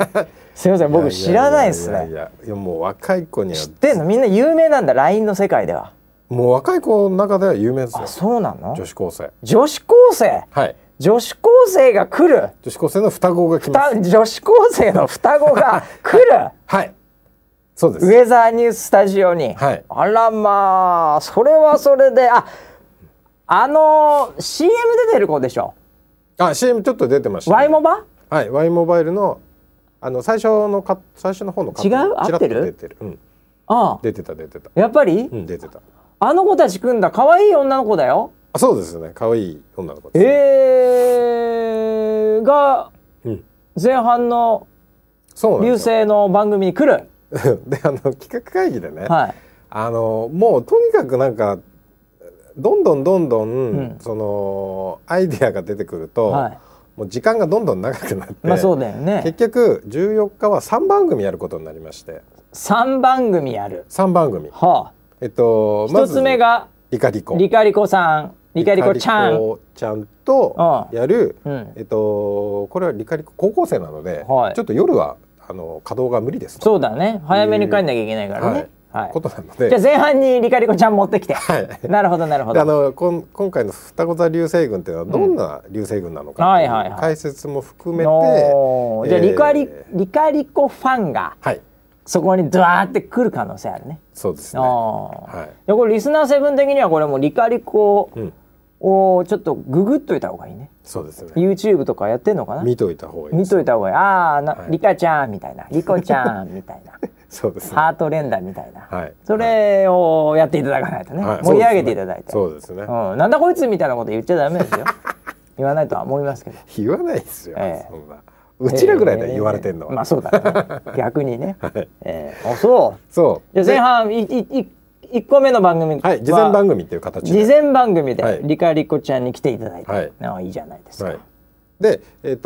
A: すいません僕知らないです
B: ややい
A: ね
B: やいやいやもう若い子には
A: 知ってんのみんな有名なんだ LINE の世界では
B: もう若い子の中では有名ですよ
A: あ。そうなの
B: 女子高生。
A: 女子高生
B: はい。
A: 女子高生が来る
B: 女子高生の双子が来ます。
A: た女子高生の双子が来る
B: はい。そうで
A: ウ
B: す。
A: ェザーニューススタジオに、
B: はい
A: あらまあそれはそれでああの CM 出てる子でしょ
B: あ、CM ちょっと出てました、
A: ワイモバ
B: はい、Y モバイルのあの最初のか最初の方のカット
A: 違う
B: ちらっと
A: 合ってる
B: 出てる。うん。
A: ああ
B: 出てた出てた。
A: やっぱり、
B: うん、出てた。
A: あの子たち組んだ可愛い女の子だよ
B: あ、そうですね。可愛い女の子です、ね。
A: えー、が
B: うん。
A: 前半の
B: そうなん
A: 流
B: ですよ。
A: 星の番組に来る、
B: で、あの企画会議でね、
A: はい、
B: あのもうとにかくなんかどんどんどんどん、
A: ん
B: そのアイデアが出てくると、
A: はい
B: もう時間がどんどん長くなって、
A: まあそうだよね
B: 結局14日は3番組やることになりまして
A: 3番組やる
B: 3番組
A: は
B: えっと
A: あ、1つ目が
B: まずリカリコ
A: リカリコさんリカリコちゃ
B: リカリ
A: ん
B: コちゃんと
A: うん
B: やる、
A: うん
B: えっとこれはリカリコ高校生なので、
A: はい
B: ちょっと夜はあの稼働が無理ですと
A: そうだね早めに帰んなきゃいけないからね、はい
B: ことなので
A: じゃあ前半にリカリコちゃん持ってきて、
B: はい
A: なるほどなるほ
B: であ
A: ど
B: のこん今回の双子座流星群っていうのはどんな流星群なのかって
A: はいはい
B: い
A: は
B: う
A: い
B: 解説も含めて、
A: おーじゃあ
B: えー
A: リカリ、リカリコファンが
B: はい
A: そこにドワーって来る可能性あるね
B: そうです
A: あ
B: ね
A: あ、
B: はい
A: でこれリスナーセブン的にはこれもうリカリコ
B: うん
A: をちょっとググっといた方がいいね、
B: そうですね
A: YouTube とかやってんのかな
B: 見といた方がいいで
A: 見
B: す
A: といた方がいいああ、な
B: はい
A: リカちゃんみたい なリコちゃんみたいな
B: そうですね
A: ハート連打みたいな、
B: はい
A: それをやっていただかないとね、
B: はい
A: 盛り上げていただいて
B: そうですねそうですね
A: うん、なんだこいつみたいなこと言っちゃダメ ですよ言わないとは思いますけど
B: 言わないですよ、
A: ええ
B: そんなうちらぐらいだよ、言われてんのは、
A: まあそうだね逆にね、
B: はい
A: ええあそう
B: そ
A: じ
B: う
A: ゃあ
B: で
A: 前半いいい一個目の番組
B: はい事前番
A: 組
B: 組っていう形
A: 事
B: で
A: 前番組で、
B: はい
A: リカリコちゃんに来ていただいて、
B: はい
A: ああいいじゃないですか、
B: はいでえっ、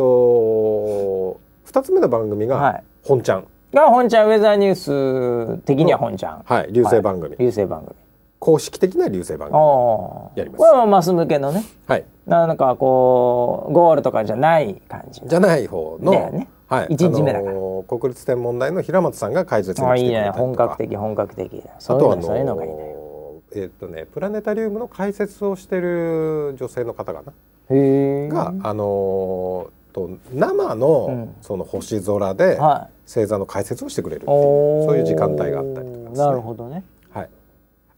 B: と二つ目の番組
A: は
B: が
A: い
B: 本ちゃん
A: が本ちゃんウェザーニュース的には本ちゃん、
B: はい流星番組、
A: 流星番組
B: 公式的な流星番組
A: おお
B: やります
A: これはまあマス向けのね
B: はい
A: なんかこうゴールとかじゃない感じ
B: じゃない方の、
A: だよね
B: はい、
A: 一日目だから
B: あのー国立天文台の平松さんが解説に
A: あ
B: 来
A: い
B: て
A: い
B: くれた
A: ね
B: りとか
A: 本格的本格的
B: あ
A: そういう
B: とは
A: の
B: あの
A: そういうのがいいね
B: ーえっとねプラネタリウムの解説をしてる女性の方かな
A: へえ。
B: が、あのーと生の、
A: うん
B: その星空で
A: は
B: 星座の解説をしてくれるっ
A: い。
B: ていう
A: おー
B: そういう時間帯があったりとかですね
A: なるほどね。
B: はい。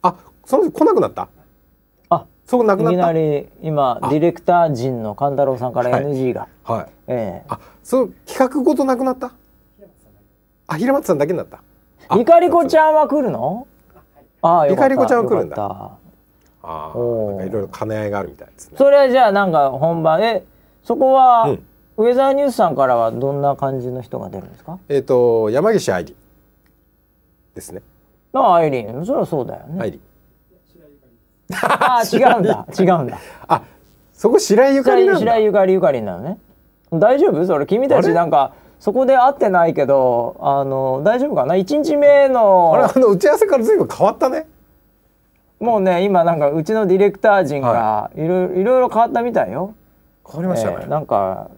B: あ、その時来なくなった。
A: あ、
B: そうないくな
A: き
B: っ
A: なり今ディレクター陣の勘太郎さんから NG が、
B: た。はい。
A: え
B: あ、そう企画ごとなくなった。あ、平松さんだけになった。
A: え。いかりこちゃんは来るの？ああ、よかった。
B: いかりこちゃんは来るんだ
A: よかっ
B: ああ、
A: おー
B: なんかいろいろ兼ね合いがあるみたいです
A: た
B: ね。
A: それはじゃあなんか本番え、そこは、
B: うん
A: ウェザーニュースさんからはどんな感じの人が出るんですか？
B: えっ、と山岸愛理ですね。
A: まあアイリーン、それはそうだよね。
B: 愛理。
A: ああ、違うん だ、違うんだ。
B: あ、そこ白井ゆかりなんだ
A: 白。井ゆかりゆかりなのね大丈夫それ君た
B: あ
A: ち
B: れ
A: なんかそこで会ってないけどあの大丈夫かな1日目
B: あれ
A: の
B: あの打ち合わせからずいぶん変わったね。
A: もうね今なんかうちのディレクター陣が
B: はい
A: ろいろいろいろ変わったみたいよ、
B: 変わりましたね。
A: えーなんか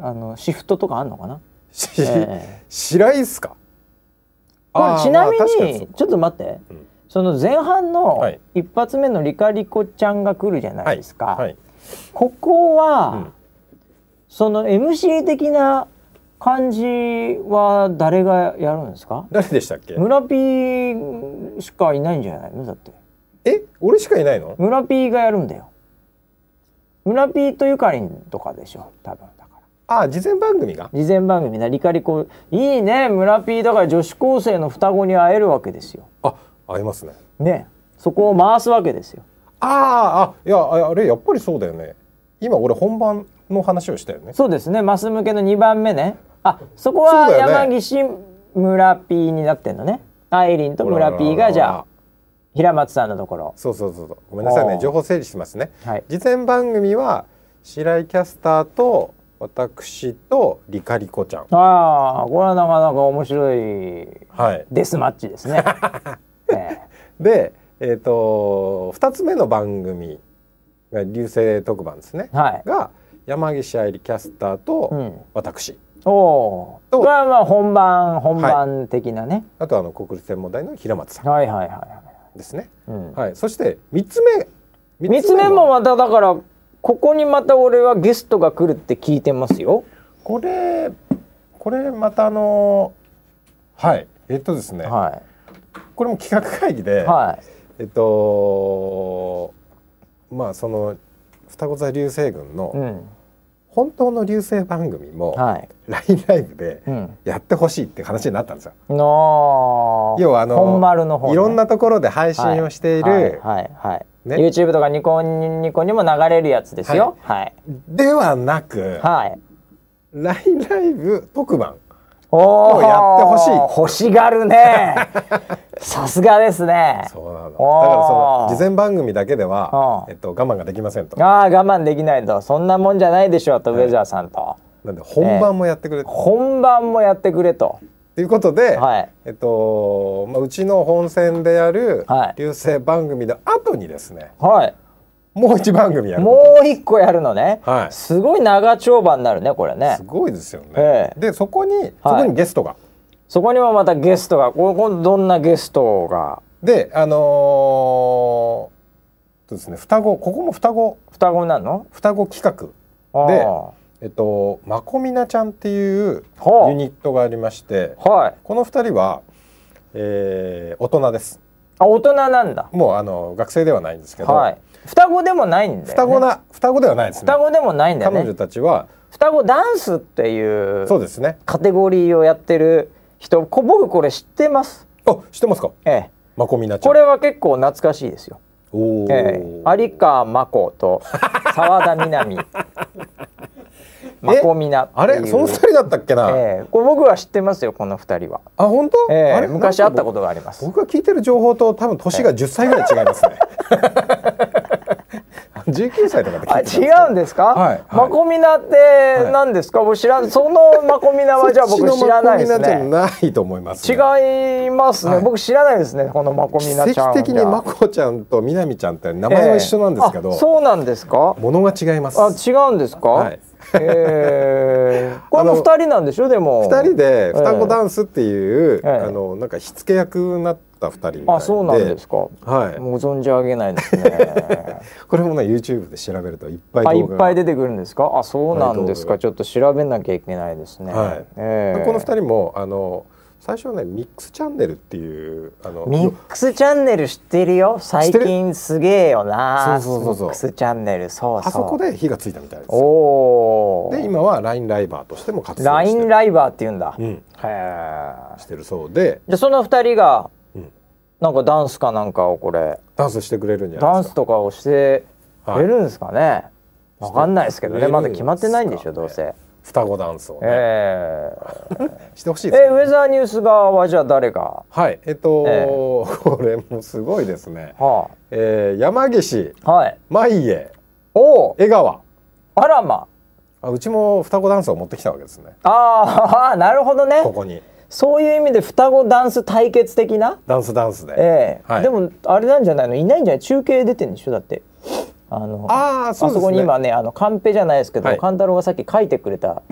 A: あのシフトとかあんのかな
B: し
A: え
B: 白井っすか。
A: これちなみ
B: あーまあ確か
A: に,、
B: そう
A: ちょっと待って、
B: ん
A: その前半
B: は
A: の
B: い
A: 一発目のリカリコちゃんが来るじゃな
B: はいい。
A: ですか、
B: はい。
A: ここは、
B: うん
A: その MC 的な感じは誰がやるんですか
B: 誰でしたっけ？
A: 村ピーしかいないんじゃないのだって
B: え、俺しかいないの？
A: 村ピーがやるんだよ村ピーとゆかりんとかでしょ多分だか
B: あ、事前番組が。
A: ら事前番組なリカリコいいね村ピーだから女子高生の双子に会えるわけですよ
B: あ、合いますね。
A: ねそこを回すわけですよ
B: あーあ、いやああれやっぱりそうだよね。今俺本番の話をしたよね。
A: そうですねマス向けの2番目ねあそこ
B: そ
A: は
B: うだよね
A: 山岸村ピーになってんのねアイリンと村ピーがじゃあ。平松さんのところ
B: そうそうそうそう。ごめんなさい
A: あー
B: ね。情報整理しますね。
A: はい
B: 事前番組は白井キャスターと私とリカリコちゃん。
A: ああこれはなかなか面白い
B: はい。
A: デスマッチです ね。ええ
B: で、えっ、と二つ目の番組が流星特番ですね。
A: はい。
B: が山岸愛理キャスターと
A: うん
B: 私。
A: おおー。
B: どう
A: これはまあ本番本番的なね。
B: あとあの国立天文台の平松さん
A: はい、はい、はいは
B: ですね。
A: いうん。
B: はい。そして三つ目。
A: 三つ目もまただからここにまた俺はゲストが来るって聞いてますよ。
B: これこれまたあのはいえっとですね、
A: は
B: これも企画会議で、
A: いは
B: えっとまあその双子座流星群
A: い。う
B: の
A: ん
B: 本当の流星番組も
A: はい。
B: ラインライブで
A: うん。
B: やってほしいって話になったんですよ。
A: の
B: 要はあの
A: 本丸の方ね、
B: いろんなところで配信をしている、
A: はいはいはい。
B: ね
A: YouTube とかニコンニコンにも流れるやつですよ。はい
B: ではなく、
A: はい。
B: ラインライブ特番
A: お
B: をやってほしい
A: ほしい。欲しがる ね。さすがですね。
B: そうなのだからそ
A: おー
B: の事前番組だけでは
A: う、ん
B: えっと、我慢ができませんと。
A: ああ我慢できないとそんなもんじゃないでしょうと、ウェザーさんと
B: なんで本番もやってくれて
A: 本番もやってくれと
B: ということで、
A: はい
B: えっとまあ、うちの本戦でやる
A: はい
B: 流星番組の後にですね
A: はい
B: もう一番組やる
A: もう一個やるのね、
B: はい
A: すごい長丁場になるねこれね
B: すごいですよね、
A: ええ
B: でそこにそこにゲストが、
A: そこにもまたゲストがここどんなゲストが
B: であのーそうですね双子ここも双子
A: 双子になるの
B: 双子企画でえっとまこみなちゃんっていう
A: ほう
B: ユニットがありまして
A: ではい
B: この二人は、えー大人です
A: あ大人なんだ
B: もうあの学生ではないんですけど、
A: はい双子でもないんだよ、ね、
B: 双子な双子ではないですね
A: 双子でもないんだよ
B: 彼女
A: ね
B: たちは
A: 双子ダンスっていう
B: そうですね
A: カテゴリーをやってる人こ僕これ知ってます
B: あ知ってますか
A: ええ
B: まこみなちゃ
A: こ
B: ん
A: れは結構懐かしいですよ
B: おー
A: ええ、有川真子と澤田み なみ真子みなっていう
B: あれその二人だったっけな、
A: ええこれ僕は知ってますよこの二人は、
B: あ本当、
A: ええ
B: あれ
A: 昔会ったこととがあります
B: 僕が聞いてる情報と多分年が10歳ぐらい違います ね19歳とかで
A: あ
B: 聞いて
A: 違
B: た
A: うん
B: んです
A: ですか、
B: はいはい
A: 真子みなって
B: い
A: 何ですか、僕知らんその真子みなはじゃあ僕知らないです
B: そっちの
A: ね
B: まこみなちゃんないと思います、ね、
A: 違いますね、
B: はい
A: 僕知らないですねこの真子みなち
B: 奇
A: ゃん
B: 跡
A: は
B: 的にまこちゃんとみなみちゃんって名前は一緒なんですけど、
A: ええあそうなんですか
B: ものが違います
A: あ違うんですか、
B: はい
A: ええこれも二人なんでしょでも
B: 二人で双子ダンスっていう、
A: ええ
B: あのなんか火付け役になったった二人みたいで
A: あそうなんですか、
B: はい
A: もう存じ上げない ですね
B: これもね YouTube で調べるといっぱい動
A: あいっ
B: 画が
A: ぱい出てくるんですかあそうなんです
B: は
A: か
B: い
A: ちょっと調べなきゃいけないですね、
B: はい
A: ええ
B: この二人もあの最初はねミックスチャンネルっていうあの
A: ミックスチャンネル知ってるよ最
B: 知って
A: 近すげえよな
B: そうそうそうそ
A: ミ
B: う
A: ックスチャンネルそうそう
B: あそこで火がついたみたいですよ
A: おお
B: で今は LINE ライバーとしても活動
A: ラ
B: し
A: イ
B: て
A: ン
B: る
A: ライバーって言うんだ、
B: う
A: へ
B: ん
A: え
B: してるそうで
A: じゃあその二人が、
B: うん
A: なんかダンスかなんかをこれ
B: ダンスしてくれるんじゃな
A: ダ
B: い
A: ン
B: です
A: ス
B: か
A: とかをしてくれるんですかね、わかんないですけど
B: し
A: ね
B: てくれる
A: まだ決まってないんでしょどう
B: で
A: せ、
B: 双子ダンスを、
A: え
B: ねしてほしい
A: え
B: です
A: え
B: よ
A: ウ
B: ね、
A: ェザーニュース側はじゃあ誰が
B: はいえっと、
A: ええ
B: これもすごいですね、
A: は
B: えー、山岸
A: あはい
B: 舞江
A: おお
B: 江川
A: あらま
B: あうちも双子ダンスを持ってきたわけですね
A: ああなるほどね
B: ここに
A: そういう意味で双子ダンス対決的な
B: ダンスダンスで、
A: ええ
B: はい
A: でもあれなんじゃないのいないんじゃない中継出てるんでしょだってあの
B: ああそう
A: あそ
B: ですね
A: こに今ねあのカンペじゃないですけど、
B: はい
A: カンタロウがさっき書いてくれた、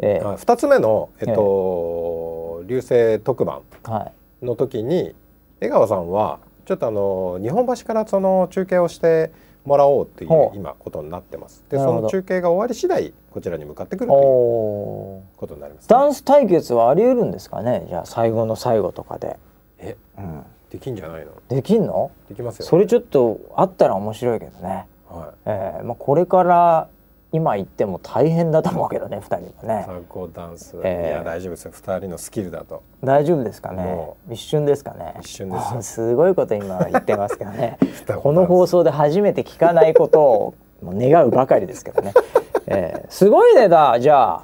A: ええ
B: はい二つ目の、えっと流星特番
A: はい、
B: の時に江川さんはちょっとあの日本橋からその中継をしてもらおうってい
A: ほ
B: う
A: う
B: 今ことになってますで
A: な
B: そ
A: るほど
B: の中継が終わり次第こちらに向かってくる
A: お
B: という
A: お
B: ことになります、
A: ーダンス対決はあり得るんですかねじゃあ最後の最後とかで、
B: え
A: うん、
B: できんじゃないの
A: できんの
B: できますよ
A: それちょっとあったら面白いけどね、
B: は
A: ええまあ、これから今行っても大変だと思うけどね2人も
B: い
A: ね
B: 最高ダンス、
A: ええ
B: いや大丈夫ですよ二人のスキルだと
A: 大丈夫ですかね
B: も
A: 一瞬ですかね
B: 一瞬ですよ
A: すごいこと今言ってますけ どね
B: 双子ダンス
A: この放送で初めて聞かないことを もう願うばかりですけどね、えーすごいねだじゃあ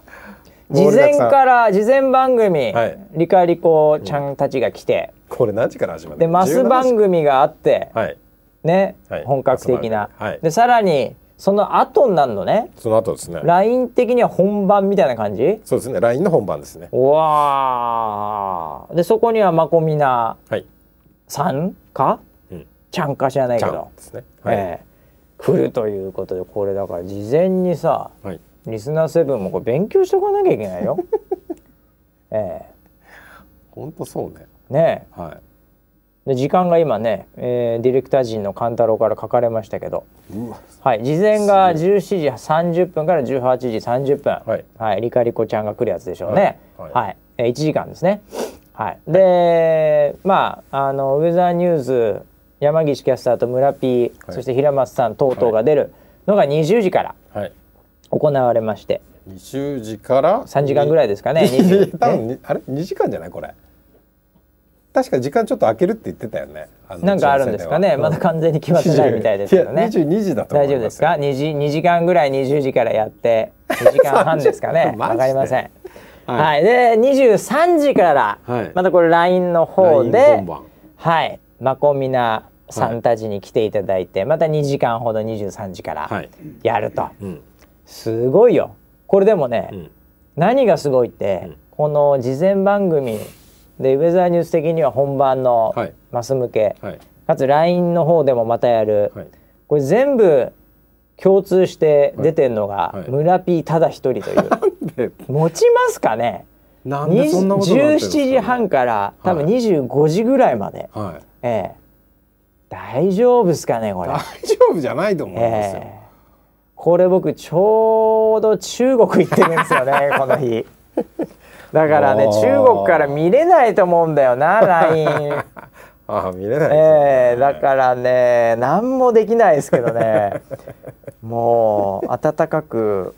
A: 事
B: 盛りだくさん
A: 前から事前番組、
B: はい
A: リカリコちゃんたちが来て、
B: これ何時から始まるの
A: でマス
B: 17
A: 番
B: 時
A: 組があって、
B: はい
A: ね、
B: はい
A: 本格的
B: マ
A: な
B: ス番、組はい
A: でさらにその後になるのね
B: その後ですね
A: LINE 的には本番みたいな感じ
B: そうですね LINE の本番ですね
A: うわーでそこにはマコミナ
B: はい
A: さんか、
B: うん
A: ちゃんか知らない
B: ち
A: け
B: ゃ
A: ど、
B: んですねはい、
A: えー来るということでこれだから事前にさ
B: はい
A: リスナーセブンもこれ勉強しておかなきゃいけない よ。え
B: 本当そうね
A: ーね
B: は
A: えで時間が今ね、えーディレクター陣の勘太郎から書かれましたけど、
B: いうわ
A: はい、事前が17時30分から18時30分、
B: はい
A: リカリコちゃんが来るやつでしょうね、は
B: はいい
A: えー1時間ですね。はい、でまああのウェザーニューズ山岸キャスターと村 P、
B: はい
A: そして平松さん等々が出るのが20時から
B: はい
A: 行われまして
B: 20時から
A: 3時間ぐらいですかね
B: に
A: 20
B: 多分にあれ2時間じゃないこれ確か時間ちょっと空けるって言ってたよねの
A: なんかあるんですかねまだ完全に決まってないみたいですけどね
B: いや22時だと思
A: 大
B: います
A: 丈夫ですか2時 ,2 時間ぐらい20時からや って2時間半ですかね
B: マジ
A: わ
B: で
A: かりませんはい、
B: は
A: で23時から、
B: はい
A: またこれ LINE の方
B: LINE
A: で
B: 本番
A: はいマコミナさんたちに来ていただいて、また2時間ほど23時から
B: い
A: やると、
B: うん
A: すごいよこれでもね、
B: ん
A: 何がすごいって、
B: うん
A: この事前番組でウェザーニュース的には本番の
B: はい
A: マス向け、
B: はい
A: かつ LINE の方でもまたやる、
B: はい
A: これ全部共通して出てるのが、
B: はいはい
A: 村 P ただ一人という
B: で
A: 持ちますかね
B: なんでそんなことになって
A: 17
B: るんですかね
A: 時半から多分25時ぐらいまで、
B: はい
A: ええ大丈夫ですかねこれ
B: 大、丈夫じゃないと思うんです
A: え
B: よ
A: えこれ僕ちょうど中国行ってるんですよ ねこの日だからね
B: あー
A: 中国から見れないと思うんだよな LINE
B: ああ見れないですね
A: ええだからね何もできないですけど ねもう温かく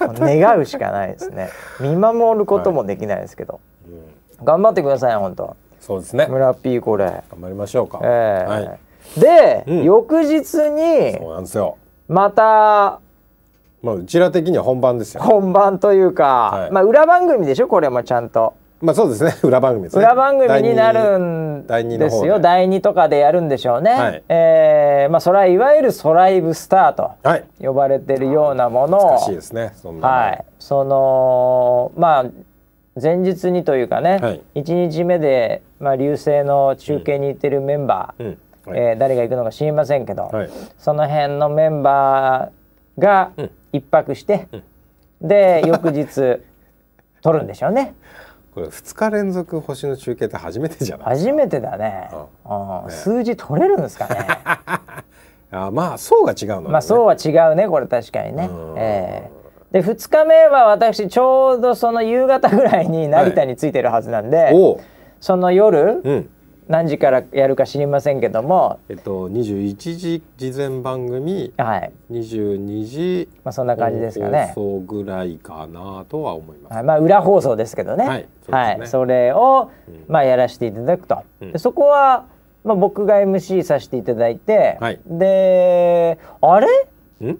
A: 願うしかないですね見守ることもできないですけど、
B: うん
A: 頑張ってください本当
B: そうですね
A: 村 P これ、
B: 頑張りましょうか
A: ええ
B: はい
A: で、
B: うん
A: 翌日
B: そう
A: に
B: なんですよ
A: また
B: まあうちら的には本番ですよ
A: 本番というか、
B: はい
A: まあ裏番組でしょこれもちゃんと
B: まあそうですね 裏番組ですね
A: 裏番組になるん
B: 第二第二
A: で
B: の方
A: す
B: で
A: よ第2とかでやるんでしょうね、
B: はい
A: ええまあそれはいわゆるソライブスターと
B: はい
A: 呼ばれてるようなもの
B: 難しい
A: を
B: ですねそんなの
A: はいそのまあ前日にというかね、
B: はい
A: 1日目で、まあ、流星の中継に行ってるメンバー、
B: うんはい
A: えー誰が行くのか知りませんけど、
B: はい
A: その辺のメンバーが
B: うん
A: 一泊して、で翌日撮るんでしょうね。
B: これ2日連続星の中継って初めてじゃない
A: 初めてだ ね
B: うん。
A: うん
B: ね
A: 数字取れるんですかね。
B: あまあ層が違うのね、
A: まあそうは違うねこれ確かにね
B: うん。
A: ええで2日目は私ちょうどその夕方ぐらいに成田に着いてるはずなんで、
B: おう
A: その夜
B: うん
A: 何時からやるか知りませんけども、
B: えっと21時事前番組
A: はい、
B: 22時
A: まあそんな感じですかね
B: 放送ぐらいかなとは思います、
A: はい、まあ裏放送ですけどね。
B: は
A: はいい、
B: そうですね
A: それをまあやらせていただくと。でそこはまあ僕が MC させていただいて、
B: はい
A: であれ
B: ん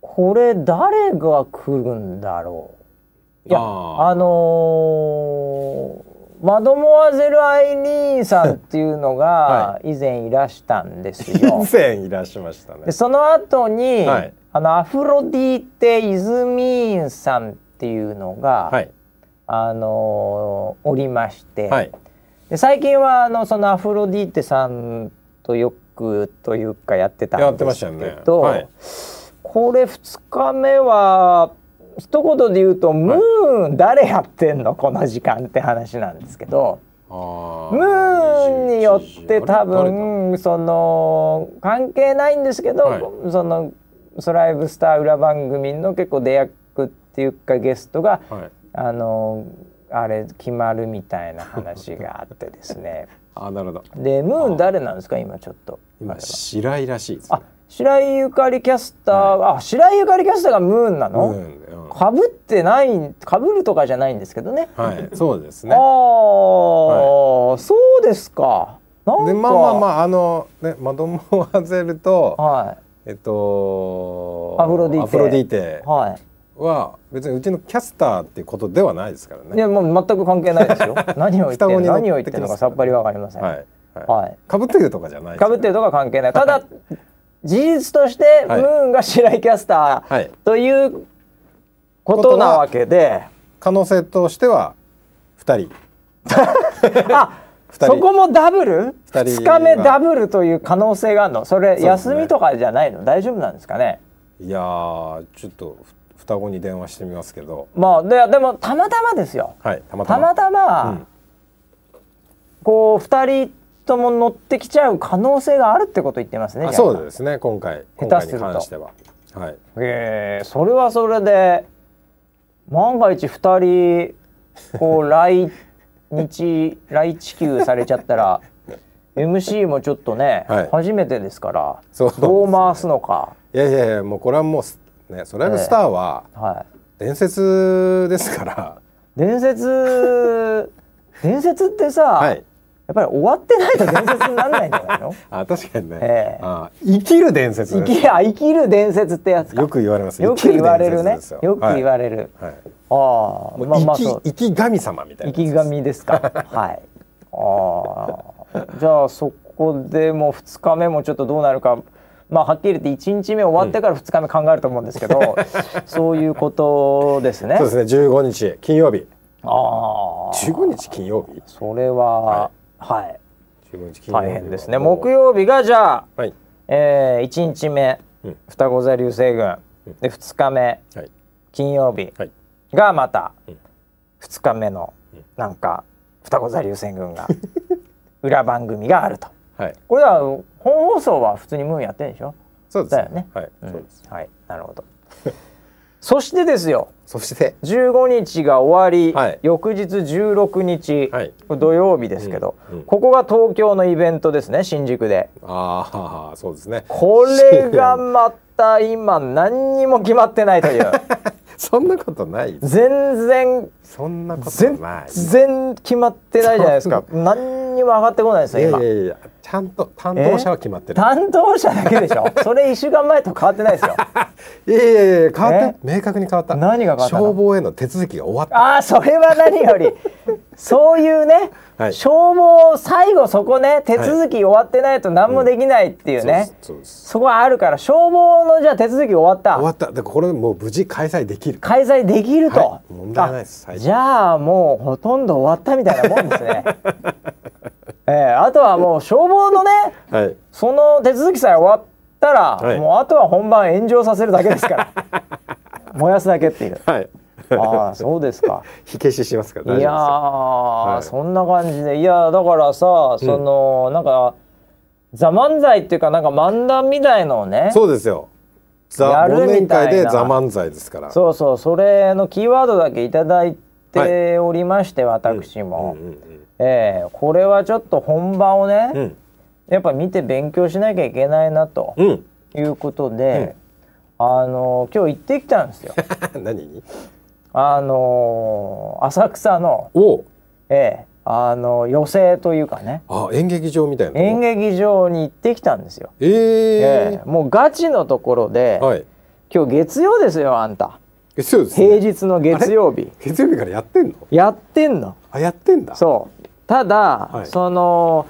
A: これ誰が来るんだろう。いやあ
B: あ
A: のーマドモアゼル・アイリーンさんっていうの
B: は
A: が以前いらしたんです
B: ー
A: よ
B: 以。前いらっしゃいましたね
A: でその後に、
B: はい
A: あのアフロディーテ・イズミーンさんっていうのが、
B: はい
A: あのーおりまして、
B: はい
A: で最近はあのそのアフロディーテさんとよくというかやってた
B: や
A: ん
B: って
A: で
B: まし
A: す
B: たよね
A: けど、
B: はい
A: これ2日目は一言で言うと「ムーン誰やってんのこの時間」って話なんですけど
B: あー
A: ムーンによって多
B: 21
A: 分その関係ないんですけど、
B: はい
A: そのソライブスター裏番組の結構出役っていうかゲストが
B: 時あれはい
A: あのあれ決まるみたいな話があってですね
B: あなるほど
A: でムーン誰なんですか今ちょっと
B: 今白井らしいですね
A: あ白井ゆかりキャスター、あ白井ゆかりキャスターがムーンな
B: ム
A: の、
B: ーンうん
A: かぶってないかぶるとかじゃないんですけどね。
B: はい そうです
A: あ
B: ね
A: あ、そうですか。なんか
B: でまあまあまああのねマドモアゼルと
A: は
B: えっと
A: アフロディーテ
B: アフロディーテ
A: いは
B: は別にうちのキャスターっていうことではないですから
A: い。い
B: ね
A: やもう全く関係ない ですよ。何を言って
B: 双子
A: ん
B: に
A: の
B: 乗っ
A: 何を言ってんのかさっぱりわかりません。
B: は
A: はい。
B: いかぶってるとかじゃないです
A: か
B: よ
A: ぶってるとか関係ない。ただ事実としてム
B: はい
A: ーンが白井キャスタ
B: はい
A: ーということなわけで、
B: 可能性としては二人
A: あ。
B: 二人
A: そこもダブル
B: 二人は
A: 2日目ダブルという可能性があるのそれ
B: そうですね
A: 休みとかじゃないの大丈夫なんですかね
B: いやーちょっとふ双子に電話してみますけど
A: まあででもたまたまですよ
B: はいたまた
A: た
B: ま
A: またま、
B: うん
A: こう2人とも乗ってきちゃう可能性があるってこと言ってますね
B: あそう
A: す
B: ですね今回今
A: 下手す
B: 回に
A: ると
B: 関してははい
A: へえそれはそれで万が一2人こう来日来地球されちゃった ら MC もちょっとね、
B: はい
A: 初めてですから
B: そうですね
A: どう回すのか、
B: いやいやいやもうこれはもうすねソライブスターは
A: はい、
B: 伝説で すから、
A: 伝説伝説ってさ、
B: はい
A: やっぱり終わってないと伝説にならないんじゃ ないの
B: あ確かにね、
A: ええ
B: あ生きる伝説
A: 生
B: です
A: きや生きる伝説ってやつか
B: よく言われます
A: よく言われるね
B: 生き伝説です。
A: よく言わ
B: れ
A: れる。
B: はい、はい
A: ああ、
B: もう
A: まあまあ
B: 生き
A: そう。
B: 生き神様みたい
A: 生
B: な
A: き神ですか。 はい。ああ、じゃあそこでもう2日目もちょっとどうなるか。まあはっきり言って1日目終わってから2日目考えると思うんですけ ど、そういうことですね
B: そう。ですね15日金曜日
A: ああ、
B: 15日金曜日
A: それははい
B: 15日金曜日
A: 大変ですね。木曜日がじゃあ、
B: はい
A: えー、1日目
B: うん
A: 双子座流星群で2日目
B: はい
A: 金曜日。
B: はい
A: がまた
B: うん
A: 2日目のなんか双子座流星群が 裏番組があると
B: はい
A: これは本放送は普通にムーンやってるんでしょ
B: そうです
A: だ
B: ね
A: よね
B: はい、
A: うん
B: そうです
A: はいなる ほどそしてですよ
B: そして
A: 15日が終わり、
B: はい
A: 翌日16日、
B: はい
A: これ土曜日ですけど、
B: うんうん
A: ここが東京のイベントですね新宿で
B: ああそうですね
A: これがまた今何にも決まってないという
B: そんなことない
A: 全然
B: そんなこと
A: 全
B: ない
A: 然決まってないじゃないですか
B: そ
A: 何にも上がってこないです
B: いや
A: よ
B: い
A: 今
B: やいやちゃんと担当者は決まってる、
A: 担当者だけでしょ それ1週間前と変わってないですよ
B: いやいやいや変わって明確に変わった
A: 何が変わったの
B: 消防への手続きが終わった
A: ああそれは何よりそういうね、
B: はい
A: 消防最後そこね手続き終わってないと何もできないっていうね、
B: そうですそうです
A: そこはあるから消防のじゃあ手続き終わった
B: 終わったでこれもう無事開催できる
A: 開催できると、
B: はい問題ないです
A: あ
B: はい
A: じゃあもうほとんど終わったみたいなもんです ねえーあとはもう消防のね
B: はい
A: その手続きさえ終わったら、
B: はい
A: もうあとは本番炎上させるだけですから燃やすだけっていう
B: はい
A: ああ そうですか。
B: 火消ししますから
A: い
B: 大
A: やー、
B: 丈い
A: そんな感じでいやだからさその、なんか「ザ漫才っていうかなんか漫談みたいのをね
B: 夫ですよそうですよザ
A: やる
B: 忘年
A: みたいな
B: 会でザ漫才ですから
A: そうそうそれのキーワードだけいただいておりまして、私
B: うん
A: も、
B: うん
A: ええこれはちょっと本番をね、
B: うん
A: やっぱ見て勉強しなきゃいけないなと
B: うん
A: いうことで、あの今日行ってきたん ですよ。
B: うん何に
A: あの浅草の、
B: おう
A: ええあの寄席というかね
B: あ演劇場みたいな
A: 演
B: 劇
A: 劇場に行ってきたんですよ。
B: えー、
A: ええもうガチのところで、
B: はい
A: 今日月曜ですよあんた
B: えそうです、
A: 平
B: ね、
A: 日の月曜日
B: 月曜日からやってんの
A: やってんの
B: あやってんだ
A: そうただ、
B: はい
A: その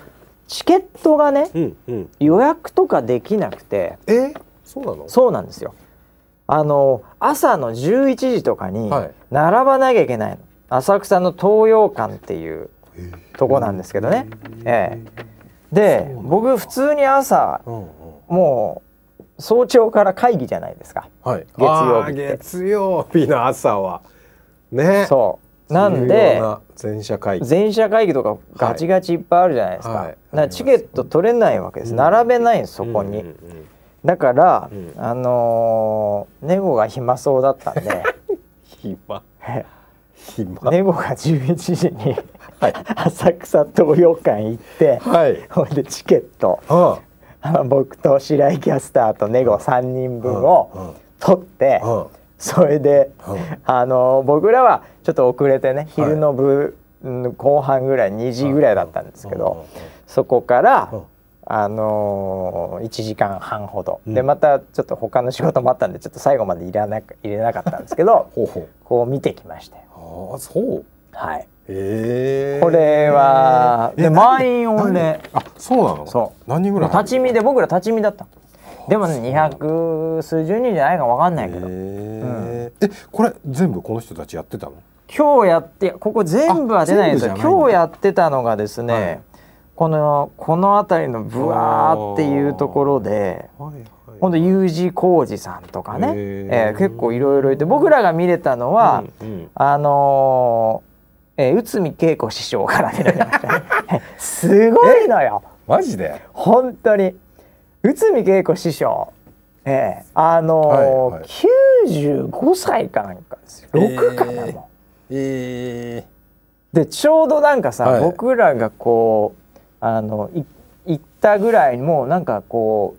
A: チケットがね
B: うんうん
A: 予約とかできなくて
B: えー、そうなの
A: そうなんですよあの朝の11時とかに
B: はい
A: 並ばなきゃいけないの、浅草の東洋館っていうとこなんですけどね、ええで僕普通に朝
B: うんうん
A: もう早朝から会議じゃないですか
B: はい
A: 月曜日
B: あー
A: って
B: 月曜日の朝はね
A: そうなんで
B: 重要な全社会議
A: 全社会議とかガチガチいっぱいあるじゃないですか,、
B: はいはい
A: だからチケット取れないわけです、並べないんですそこに、
B: うんうんうん
A: だから、
B: ん
A: あのーネゴが暇そうだ ったんで
B: 暇
A: え
B: 暇
A: ネゴが11時に
B: はい
A: 浅草東洋館行って
B: はい
A: ほんでチケット
B: は
A: あの僕と白井キャスターとネゴ3人分
B: うんうん
A: を取って、
B: あは
A: それで、
B: うん
A: あの僕らはちょっと遅れてね昼の部、うん後半ぐらい2時ぐらいだったんですけど、
B: うんうん
A: そこから、
B: うん
A: あの1時間半ほど、でまたちょっと他の仕事もあったんでちょっと最後までいらなく入れなかったんですけ ど
B: ほうほう
A: こう見てきまして
B: ああそう
A: はい
B: ええ
A: これは、で満員御礼
B: あそうなの
A: そう
B: 何人ぐらい
A: もう立ち見で僕ら立ち見だったでもね200数十人じゃないか分かんないけ
B: え
A: ど、
B: ーえこれ全部この人たちやってたの
A: 今日やってここ全部は出ないんですよ
B: あ全部じゃないんだ
A: 今日やってたのがですね、
B: はい
A: このこの辺りのブワーっていうところで
B: はい
A: ほんと U 字工事さんとかね
B: へ、ー
A: えー結構いろいろいて僕らが見れたのは、
B: うんうん
A: あのーえー内海恵子師匠から見られましたね すごいのよ
B: マジで
A: 本当に内海恵子師匠ええあのー
B: はいはい
A: 95歳かなんかですよ6かなもう、
B: ええ
A: でちょうどなんかさ、
B: はい
A: 僕らがこうあのい行ったぐらいにもうなんかこ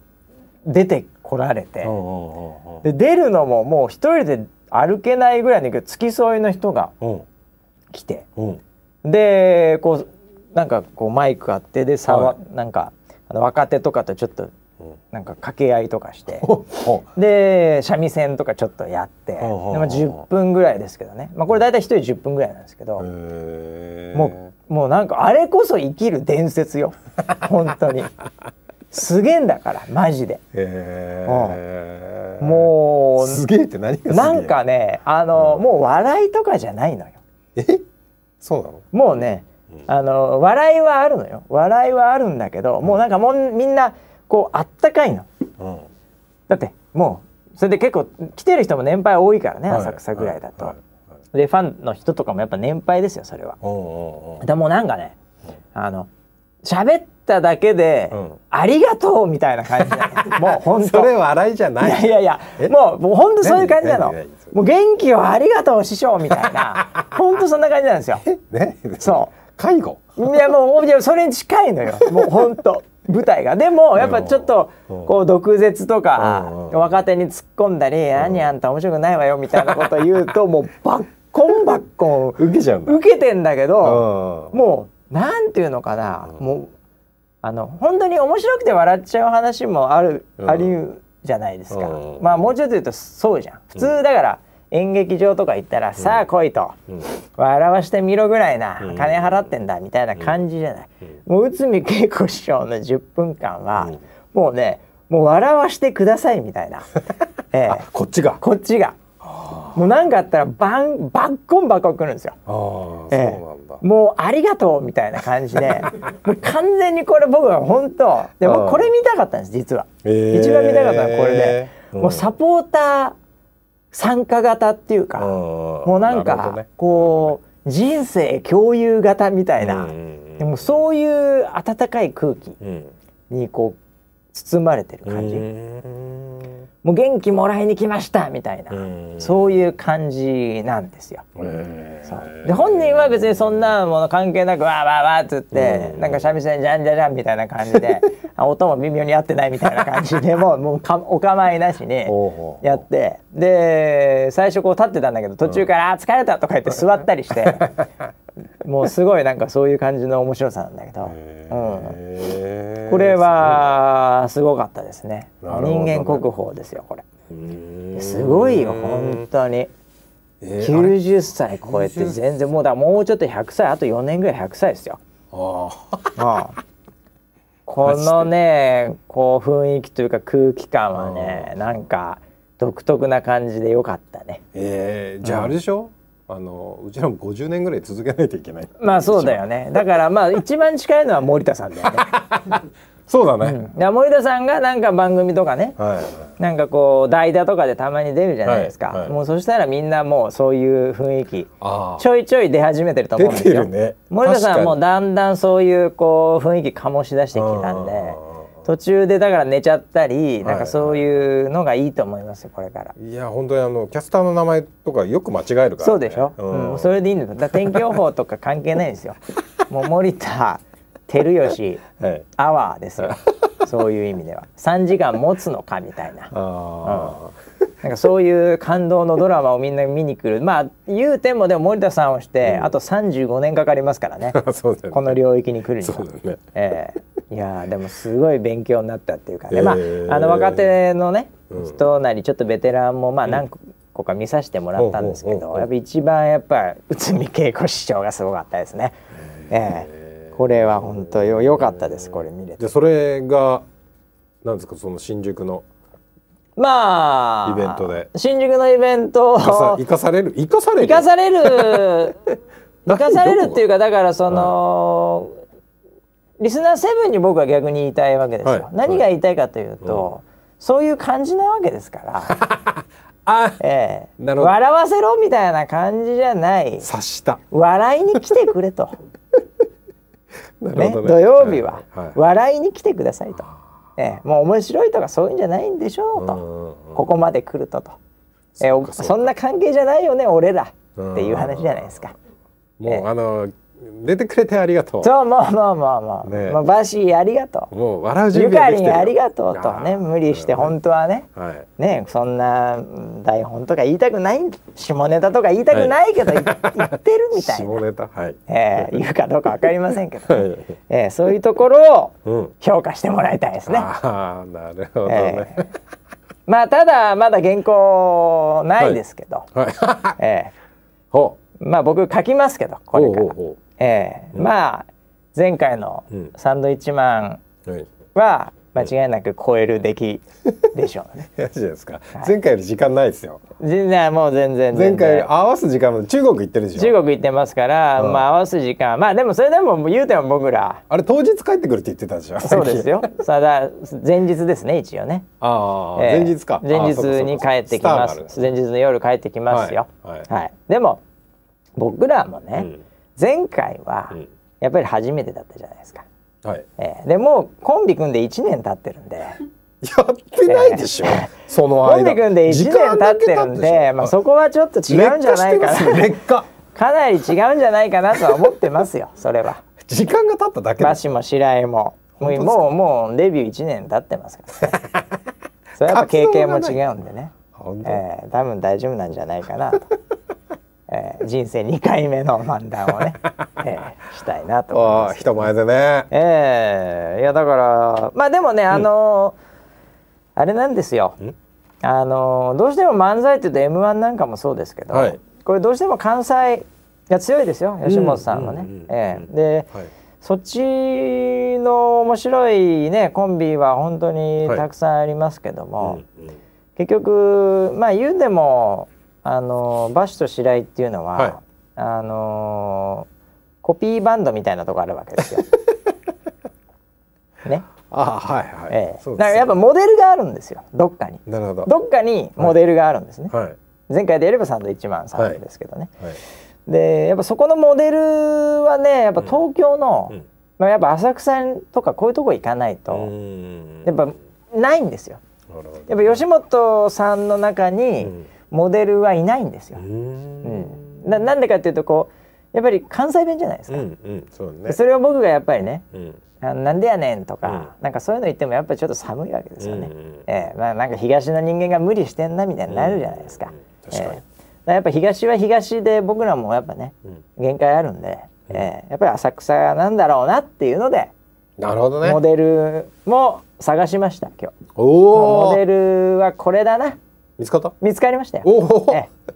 A: う出てこられて、
B: うんうんうんうん
A: で出るのももう一人で歩けないぐらいの付き添いの人が
B: うん
A: 来て
B: うん
A: でこうなんかこうマイクあってでさわ、
B: は
A: なんかあの若手とかとちょっと
B: うん
A: なんか掛け合いとかして。
B: ほほ
A: で三味線とかちょっとやって、で
B: ほうほうほう
A: まあ、10分ぐらいですけどね、まあ、これ大体一人10分ぐらいなんですけど、
B: へー
A: もうもうなんかあれこそ生きる伝説 よ本当にすげえんだからマジで
B: へー
A: も
B: すげえって何がすげ
A: う
B: え
A: なんかねあの、もう笑いとかじゃないのよ
B: えそうなの
A: もうね、あの笑いはあるのよ笑いはあるんだけどもうなんかもうみんなこうあったかいの
B: うん
A: だってもうそれで結構来てる人も年配多いからね
B: はい
A: 浅草ぐらいだと、
B: はいはい
A: でファンの人とかもやっぱ年配ですよそれは
B: うんうんうん
A: でもうなんかねあの喋っただけで、
B: うん
A: ありがとうみたいな感じなのもう本
B: そ
A: 当
B: れ笑いじゃないい
A: やいやいや
B: え
A: もうもう本当そういう感じなの
B: 何何何それ
A: もう元気をありがとう師匠みたいな本当そんな感じなんですよ
B: ね
A: そ
B: 介護
A: いやもういやそれに近いの よもう本当舞台がでもやっぱちょっと
B: うん
A: こう毒舌とか
B: うん
A: 若手に突っ込んだり「何あんた面白くないわよ」みたいなこと言う ともうバッコンバッコン
B: 受けちゃうんだ
A: 受けてんだけ
B: うん
A: ど、もうなんていうのかな、もうあの本当に面白くて笑っちゃう話もある、
B: うん
A: ありうじゃないですか、
B: うん
A: まあもうちょっと言うとそうじゃん普通だから演劇場とか行ったら、さあ来いと、
B: うん
A: 笑わしてみろぐらいな、
B: うん
A: 金払ってんだみたいな感じじゃない、もう内海恵子師匠の10分間は、
B: うん
A: もうねもう笑わしてくださいみたい な、ええ
B: あこっちが
A: こっちがもう何かあったらバンバッコンバッコン来るんですよ
B: ああそう
A: ええ
B: なんだ
A: もうありがとうみたいな感じ でもう完全にこれ僕は本当でも
B: うん
A: これ見たかったんです実は、
B: えー
A: 一番見たかったのはこれで、
B: うん
A: もうサポーター参加型っていうか、も
B: も
A: うなんかこう人生共有型みたいな、でもそういう温かい空気
B: うん、うん
A: にこう包まれてる感じ、
B: うん
A: もう元気もらいに来ましたみたいな、
B: うん
A: そういう感じなんですよ。
B: へー
A: で本人は別にそんなもの関係なくわーわーわーっつって、
B: うん
A: なんか三味線じゃんじゃじゃんみたいな感じ であ音も微妙に合ってないみたいな感じでもうもうかお構いなしに
B: ほうほう
A: やってで最初こう立ってたんだけど途中から「あー疲れた」とか言って座ったりしてもうすごいなんかそういう感じの面白さなんだけど、うん、
B: へー
A: これはすごかったですね
B: なるほど
A: 人
B: ね
A: 間国宝ですよこれ
B: うん
A: すごいよ本当に。
B: えーあれ
A: 90歳超えて全然もうだからもうちょっと100歳あと4年ぐらい100歳ですよ。
B: ああ
A: ああこのねこう雰囲気というか空気感はねなんか独特な感じでよかったね。
B: えーじゃああれでしょ、あのうちらも50年ぐらい続けないといけない
A: まあそうだよねだからまあ一番近いのは森田さんだ よね。
B: そうだね、
A: だから森田さんがなんか番組とかね
B: はい
A: なんかこう代打とかでたまに出るじゃないですか、
B: はいはい
A: もうそしたらみんなもうそういう雰囲気
B: あ
A: ちょいちょい出始めてると思うんですよ。
B: 出てるね
A: 森田さんはもう
B: 確
A: だんだんそういうこう雰囲気醸し出してきたんで
B: う
A: 途中でだから寝ちゃったり
B: はい
A: なんかそういうのがいいと思いますよこれから。
B: いや本当にあのキャスターの名前とかよく間違えるから、ね、
A: そうでしょ、
B: うん
A: うん、それでいいんですよだから天気予報とか関係ない ですよもう森田照吉
B: はい
A: アワーですよ そういう意味では3時間持つのかみたいな
B: あ
A: なんかそういう感動のドラマをみんな見に来るまあ言うてもでも森田さんをしてあと35年かかりますからね
B: あ、 そうだよね
A: この領域に来るに
B: そ
A: は
B: うだ。よね
A: ええいやーでもすごい勉強になったっていうかね、まあ
B: えー
A: あの若手のね人なりちょっとベテランもまあ何個か見させてもらったんですけ
B: ほうほう
A: ど
B: ほうほう
A: やっぱ一番やっぱ内海恵子師匠がすごかったですね。ええこれは本当よ良かったですこれ見れて。
B: でそれがなんですかその新宿の
A: まあ
B: イベントで
A: 新宿のイベントを
B: 生かさ生かされる生かされる
A: 生かされ る生かされるっていうかだからその、リスナーセブンに僕は逆に言いたいわけですよ。
B: はい
A: 何が言いたいかというと、そういう感じなわけです から、
B: あ
A: ええ
B: なるほど
A: 笑わせろみたいな感じじゃない
B: 察した
A: 笑いに来てくれと、
B: なる
A: ね、
B: ほどね
A: 土曜日は
B: はいはい
A: 笑いに来てくださいと、ええもう面白いとかそういうんじゃないんでしょうと。
B: うん
A: ここまで来るとと、えおそんな関係じゃないよね俺らっていう話じゃないですか。
B: もうあの出てくれてありがとう
A: そうもうもうもうもう、
B: ねえ
A: もうバシーありがとう
B: もう笑う準
A: ゆ
B: 備
A: か
B: はで
A: り
B: きて
A: ん
B: るよ
A: ありがとうとね
B: あー
A: 無理して本当はね
B: はい
A: ねそんなうん台本とか言いたくない下ネタとか言いたくないけど、い言ってるみたいな、
B: 下ネタ はい
A: えー言うかどうか分かりませんけど、
B: はい
A: えーそういうところ
B: う
A: を
B: ん
A: 評価してもらいたいですね。
B: ああなるほど
A: え
B: ね
A: まあただまだ原稿ないですけど、
B: はい
A: え
B: ほう
A: ーまあ僕書きますけどこれ
B: ほう
A: から。
B: ほうほ
A: えーまあ前回の
B: うん
A: サンドイッチマン
B: うはい
A: は間違いなく超える出来でしょ うね。
B: いやいいじゃないですか前回より時間ないですよ
A: 全然もう全然
B: 前
A: 全然
B: 回より合わす時間も中国行ってるでし
A: 中
B: ょ
A: 国行ってますから、まあ合わす時間まあでもそれでも言うても僕ら
B: あれ当日帰ってくるって言ってたでしょ
A: そうですよさだ前日ですね一応ね、
B: ああ、
A: えー
B: 前日か
A: 前日に帰ってきま
B: ああそうかそうか
A: す
B: スターがある
A: 前日の夜帰ってきますよ
B: はいはい
A: でも僕らもね、
B: うん
A: 前回は
B: ん
A: やっぱり初めてだったじゃないですか、
B: はい
A: えーでもうコンビ組んで1年経ってるんで。
B: やってないでしょ、その
A: コ
B: 間
A: ンビ組んで1年経ってるんで、まあ、そこはちょっと違うんじゃないか
B: な
A: な
B: 劣 化
A: かなり違うんじゃないかなとは思ってますよそれ は
B: 時間が経っただけ
A: マ
B: で
A: シも白井もも
B: 本
A: う
B: 当ですか
A: もうもうデビュー1年経ってますから、 ね、それはやっぱ経験も違うんでね、
B: 本当
A: えー多分大丈夫なんじゃないか なと、えー人生2回目の漫談をね、えーしたいなと思い
B: あ
A: ま
B: あ
A: す
B: 人前でね
A: ええいやだからまあでもねあのーあれなんですよあのーどうしても漫才っていうと m 1なんかもそうですけど、
B: はい
A: これどうしても関西が強いですよ吉本さんはね。
B: うんうんうん
A: ええで、
B: はい
A: そっちの面白いねコンビは本当にたくさんありますけども、
B: うんうん
A: 結局まあ言うでもあのバシと白井っていうのは、
B: はい
A: あのコピーバンドみたいなとこあるわけ ですよ。ね、
B: ああはいはい、
A: ええ、
B: そう
A: だか
B: で
A: ら
B: す
A: やっぱモデルがあるんですよどっかに
B: なるほど
A: どっかにモデルがあるんですね。
B: はい
A: 前回でやればサンドイッチマンさ
B: は
A: ん
B: い
A: ですけどね、
B: はい
A: でやっぱそこのモデルはねやっぱ東京の、
C: うん
A: まあ、やっぱ浅草とかこういうとこ行かないと、
C: うん
A: やっぱないんですよ
B: なるほど
A: やっぱ吉本さんの中に
C: うん
A: モデルはいないんですよ
C: う、
A: うんんななんでかっていうとこうやっぱり関西弁じゃないです
C: うんう
A: か、
C: ん
B: そうね
A: それを僕がやっぱりね
C: うん
A: あのなんでやねんとか、なんかそういうの言ってもやっぱりちょっと寒いわけですよね、
C: うんうん
A: ええまあ、なんか東の人間が無理してんなみたいになるじゃないですか、
B: うん確か
A: え
B: に
A: えだらやっぱ東は東で僕らもやっぱね
C: うん
A: 限界あるんで、ええやっぱり浅草なんだろうなっていうので
B: なるほどね
A: モデルも探しました今日
B: お
A: モデ
B: お
A: ルはこれだな
B: 見つかった
A: 見つかりましたよ
B: おお、
A: ええ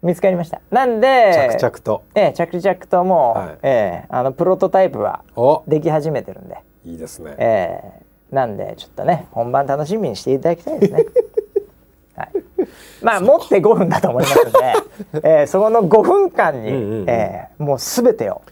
A: 見つかりましたなんで
B: 着々と
A: ええ着々ともう、
B: はい
A: ええあのプロトタイプは
B: お
A: でき始めてるんで、
B: いいですね、
A: ええなんでちょっとね本番楽しみにしていただきたいです ねはいまあ持って5分だと思いますんで、ええそこの5分間に、
C: うんうんうん
A: ええもう全てを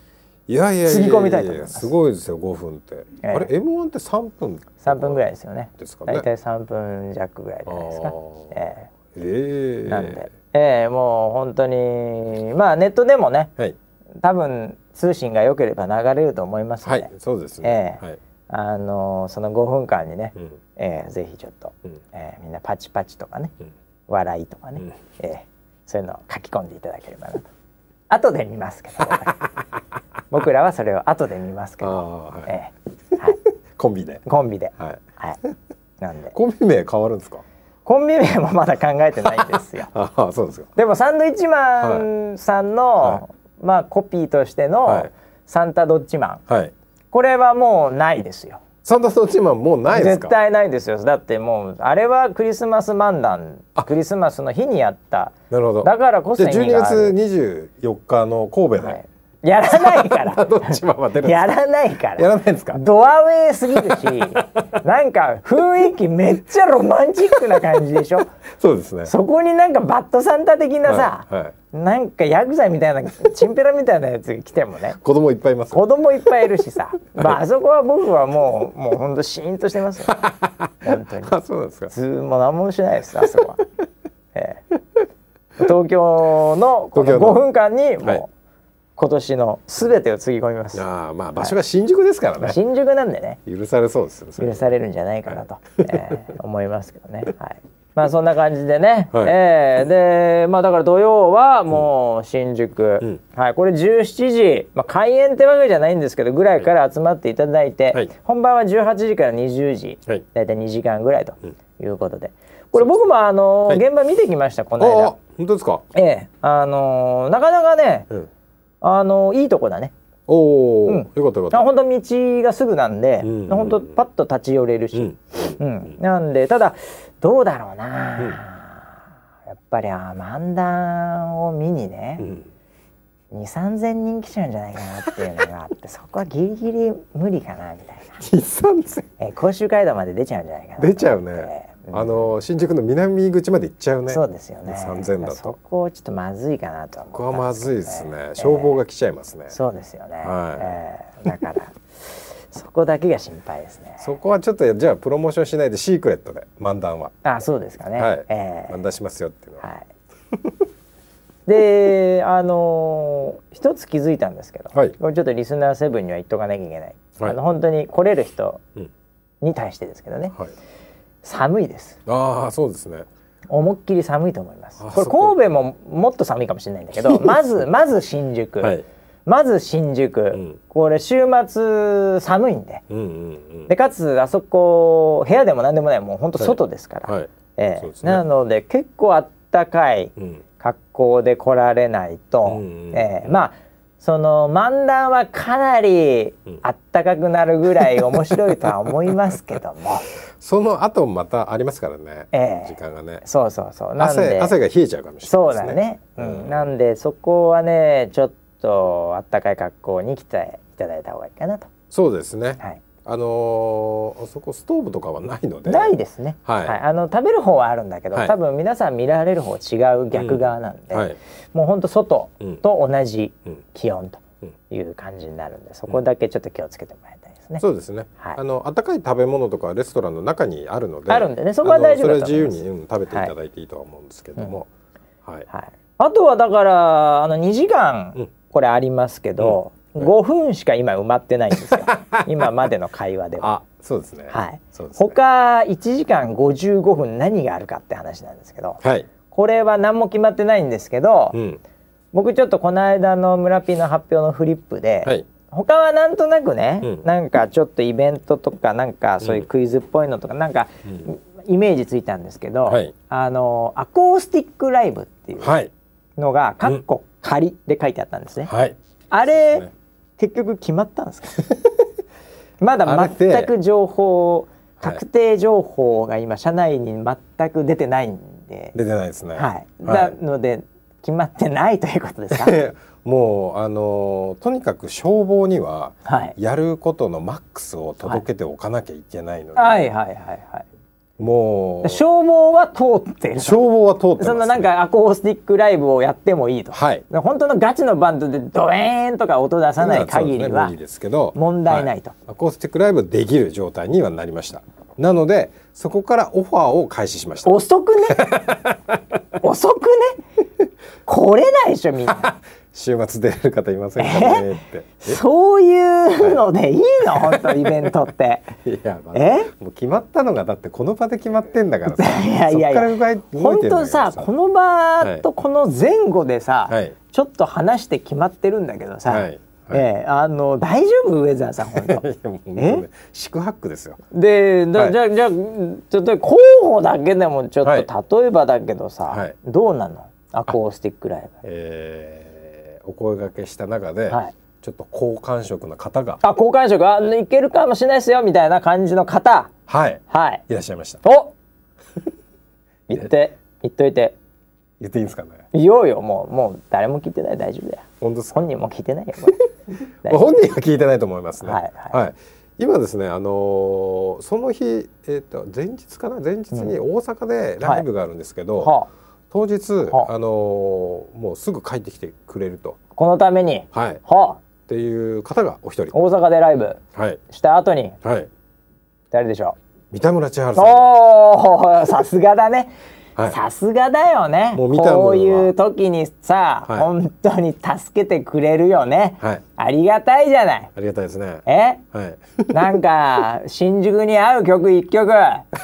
B: いやいやいや
A: つぎ込みたいと思います
B: すごいですよ5分って、
A: え
B: あれ M1 って3分
A: 3分ぐらいですよね
B: ですかね
A: 大体3分弱ぐらいじゃないですか
B: あー、
A: え
B: ええ
A: えなんで、ええもう本当にまあネットでもね
B: はい
A: 多分通信が良ければ流れると思いますの
B: は
A: で、
B: いそうですね、
A: ええ
B: はい
A: あのその5分間にね、
C: うん
A: えーぜひちょっと、
C: うん
A: えーみんなパチパチとかね、
C: うん
A: 笑いとかね、
C: うん
A: えーそういうのを書き込んでいただければなと後で見ますけど僕らはそれを後で見ますけ
B: あ
A: ど、
B: あはい、
A: えーはい、
B: コンビで
A: コンビで、
B: はい
A: はい、なんで
B: コンビ名変わるんですか
A: コンビ名もまだ考えてないんですよ
B: ああそうですか
A: でもサンドイッチマンさんの、
B: は
A: まあコピーとしての、
B: はい
A: サンタドッチマン
B: はい
A: これはもうないですよ
B: サンダードチーマンもうないですか
A: 絶対ないですよだってもうあれはクリスマス漫談クリスマスの日にやった
B: なるほど
A: だからこそ
B: で
A: 意味
B: 12
A: がある
B: 月24日の神戸で、
A: はいやらないか
B: サンダー
A: ら
B: ドチーマンは出るんです
A: や
B: から
A: ないから
B: やらないんですか
A: ドアウェイすぎ るしなんか雰囲気めっちゃロマンチックな感じでし ょ
B: そうですね
A: そこになんかバッドサンタ的なさ、
B: はいはい
A: なんかヤクザみたいなチンペラみたいなやつが来てもね
B: 子供いっぱいいますよ
A: 子供いっぱいいるし さ、まああそこは僕はもうもうほんとシーンとして ますよ本当に
B: あそうなんですか
A: 普通もう何もしないですあそこは、 ええ東京のこの
B: 東京の
A: 5分間に
B: はい
A: もう今年の全てをつぎ込みます、
B: ああまあ場所が新宿ですからね、
A: 新宿なんでね
B: 許されそうですよねそれ
A: 許されるんじゃないかなと、ええ 思いますけどねはいまあそんな感じでね、
B: はい
A: ええでまあだから土曜はもう新宿、
C: ん
A: はいこれ17時、まあ、開演ってわけじゃないんですけどぐらいから集まっていただいて、
C: はい
A: 本番は18時から20時、
C: はい
A: 大体2時間ぐらいということで、これ僕もあの
B: はい
A: 現場見てきましたこの
B: ああ
A: 間、
B: 本当ですか。
A: ええあのなかなかね、
B: うん。
A: あのいいとこだね
B: おお、
A: うん
B: よかったよか
A: あ
B: っ
A: 本当道がすぐなんで、
C: うん
A: 本当パッと立ち寄れるし、
C: うん
A: うん、なんでただどうだろうな、やっぱりあ漫談を見にね、
C: うん
A: 2 3千人来ちゃうんじゃないかなっていうのがあって そこはギリギリ無理かなみたい
B: た。日産線
A: な、えー公衆街道まで出ちゃうんじゃないかな
B: 出ちゃうね。あの新宿の南口まで行っちゃうね。
A: そうですよね
B: 三千だ
A: まあそ
B: と。
A: こちょっとまずいかなとは思
B: ここは
A: ったん
B: まずい
A: けど
B: ですね。消防が来ちゃいますね。
A: そうですよね、
B: はい
A: えーだからそこだけが心配ですね
B: そこはちょっとじゃあプロモーションしないでシークレットで漫談は、
A: あそうですかね、
B: はい、
A: えー
B: 漫談しますよっていうのは。
A: はい。で、あのー一つ気づいたんですけど、
B: はい
A: これちょっとリスナーセブンには言っとかなきゃいけない。
B: はい
A: あの本当に来れる人
C: うん
A: に対してですけどね、
B: はい。
A: 寒いです。
B: ああそうですね。
A: 思いっきり寒いと思います。
B: あ
A: これ
B: そこ
A: 神戸ももっと寒いかもしれないんだけど、まずまず新宿、
C: はい
A: まず新宿、
C: ん
A: これ週末寒いんで。
C: うんうん
A: でかつあそこ部屋でも何でもないもう本当外ですから、
C: はい
A: え
C: そうで
A: え
C: すね
A: なので結構あったかい、
C: うんうん
A: 格好で来られないと、
C: うんうん
A: えーまあその漫談はかなり
C: ん
A: あったかくなるぐらい面白いとは思いますけども
B: その後もまたありますからね。
A: ええ
B: 時間がね。
A: そうそうそうなん
B: 汗
A: で
B: 汗が冷えちゃうかもしれ
A: そう
B: ないですね。
A: だね、うんなんでそこはねちょっとあったかい格好に来ていただいた方がいいかなと、
B: そうですね。
A: はい、
B: あのーあそこストーブとかはないので。
A: ないですね、
B: はい
A: あの食べる方はあるんだけど、
B: はい
A: 多分皆さん見られる方違う逆側なんで、
B: はい。
A: もうほんと外と同じ気温と
C: うん
A: いう感じになるんでそこだけちょっと気をつけてもらいたいですね。
B: そうですね。
A: はい
B: あの温かい食べ物とかレストランの中にあるので、
A: あるんでねそこは大丈夫だと思います
B: あのそれは自由に、うん食べていただいていいとは思うんですけども、はい。
A: はい、あとはだからあの2時
B: う
A: 間
B: ん
A: これありますけど、
B: うん
A: 5分しか今埋まってないんです よ今までの会話では。
B: あ、そうですね。
A: はい
B: そうですね。
A: 他1時間55分何があるかって話なんですけど
B: はい。
A: これは何も決まってないんですけど、
B: うん。
A: 僕ちょっとこの間の村ピーの発表のフリップで、
B: はい。
A: 他はなんとなくね、
B: うん
A: なんかちょっとイベントとかなんかそういうクイズっぽいのとか、なんか
B: うん
A: イメージついたんですけど、
B: はい
A: あのアコースティックライブっていう
B: はい。
A: のが「
B: う
A: か
B: ん
A: っこ仮」で書いてあったんですね。
B: はい。
A: あ
B: そうで
A: れ
B: すね
A: 結局決まったんですか ま
B: あ
A: だ
B: れって
A: 全く情報
B: はい
A: 確定情報が今社内に全く出てないんで、
B: 出てないですね。
A: はい、
B: は
A: なので決まってないということ ですか
B: もうあのーとにかく消防には
A: はい
B: やることのマックスを届けておかなきゃいけないので、
A: はいはいはいはい
B: もう消
A: 消防は通ってる
B: 防は通ってます、ね。
A: そのなんかアコースティックライブをやってもいいと、
B: はい。
A: 本当のガチのバンドでドエーンとか音出さない限り
B: 今は
A: は
B: そうですね無理ですけど
A: 問題ないと
B: はアコースティックライブできる状態にはなりました。なのでそこからオファーを開始しました。
A: 遅く ね遅くね来れないでしょみんな
B: 週末出れる方いませんかねって。
A: そういうのでいいの、本当イベント って。
B: いや、まあ
A: え
B: もう決まったのがだってこの場で決まってんだからさ。
A: いやいやい
B: そっから
A: や
B: 動い動い
A: 本
B: てるん
A: 当
B: だから
A: さこの場とこの前後でさ、
B: はい
A: ちょっと話して決まってるんだけどさ、
B: はいはい
A: ええあの大丈夫ウェザーさん本当
B: いやもう本当ね宿泊ですよ。
A: でだ
B: はい
A: じゃあじゃあちょっと候補だけでもちょっと、例えばだけどさ、
B: はい
A: どうなのアコースティックライブ
B: えーお声掛けした中で、
A: はい
B: ちょっと好感触の方が
A: あ好感触あいけるかもしれないですよみたいな感じの方
B: はい
A: はい
B: いらっしゃいました。
A: お言って言っといて
B: 言っていいんですかね。
A: いようよもうもう誰も聞いてない大丈夫だよ
B: 本当ですか。
A: 本人も聞いてないよこ れ大丈夫
B: 本人は聞いてないと思いますね。
A: はいはい
B: 今ですね、あのーその日、えっ、と前日かな前日に大阪でライブがあるんですけど、
A: は
B: 当日、
A: はあ
B: あのーもうすぐ帰ってきてくれると、
A: あ、このために
B: はい、っ
A: はあ、
B: ていう方がお一人、
A: 大阪でライブ
B: はい
A: した後に
B: はい、
A: 誰でしょ
B: 三田村千春
A: う
B: さん、
A: おおさすがだね
B: はい
A: さすがだよね
B: もう見たものは
A: こういう時にさ、
B: はい
A: 本当に助けてくれるよね、
B: はい
A: ありがたいじゃない
B: ありがたいですね。
A: え
B: はい、
A: なんか新宿に合う曲一曲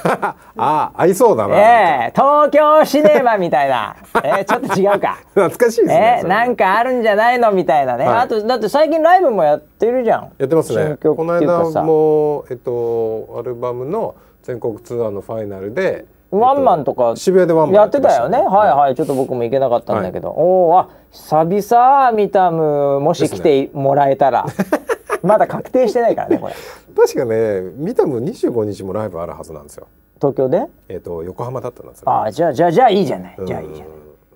B: あ合いそうだな、
A: ええ東京シネマみたいなええちょっと違うか
B: 懐かしいですね。
A: え
B: それ
A: なんかあるんじゃないのみたいなね、
B: はい
A: あとだって最近ライブもやってるじゃん
B: やってますね。
A: 新曲
B: この
A: っていうかさ
B: 間もえっとアルバムの全国ツアーのファイナルで、
A: ワンマンとか
B: えっ渋谷でワンマン
A: やってたよね
B: ました
A: はいはいちょっと僕も行けなかったんだけど、おおあ久々ミタムもし来てもらえた ら、まだ確定してないからねこれ
B: 確かね、見たも25日もライブあるはずなんですよ。
A: 東京で
B: えっと横浜だったんですよ、ね。
A: ああじゃあじゃあじゃあいいじゃないじゃあいいじゃない
B: うん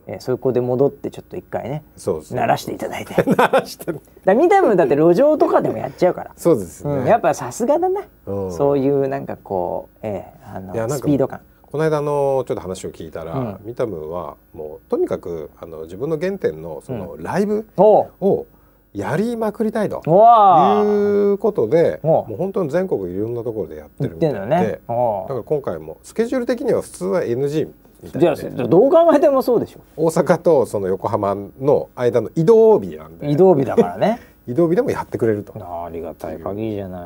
A: えーそこで戻ってちょっと一回ね
B: そうですね。
A: 鳴らしていただいて
B: 鳴らしてる。
A: だミタムだって路上とかでもやっちゃうから
B: そうですね。
A: うん、やっぱさすがだな、
B: うん
A: そういうなんかこう、ええあの
B: いやなん
A: ス
B: か
A: ピード感
B: この間のちょっと話を聞いたら、ミタムはもうとにかくあの自分の原点のそのライブ
A: おう
B: をやりまくりたいと
A: うわー
B: いうことで、
A: お
B: もう本当に全国いろんなところでやって
A: 言っ
B: るみた
A: て
B: い
A: んだよ
B: で
A: ね、おう
B: だから今回もスケジュール的には普通は NG みたい
A: じゃ
B: な
A: あ
B: ね、
A: じゃあどう考えてもそうでしょ
B: 大阪とその横浜の間の移動日なん で
A: 移動日だからね
B: 移動日でもやってくれると
A: ありがたい限りじゃない
B: あ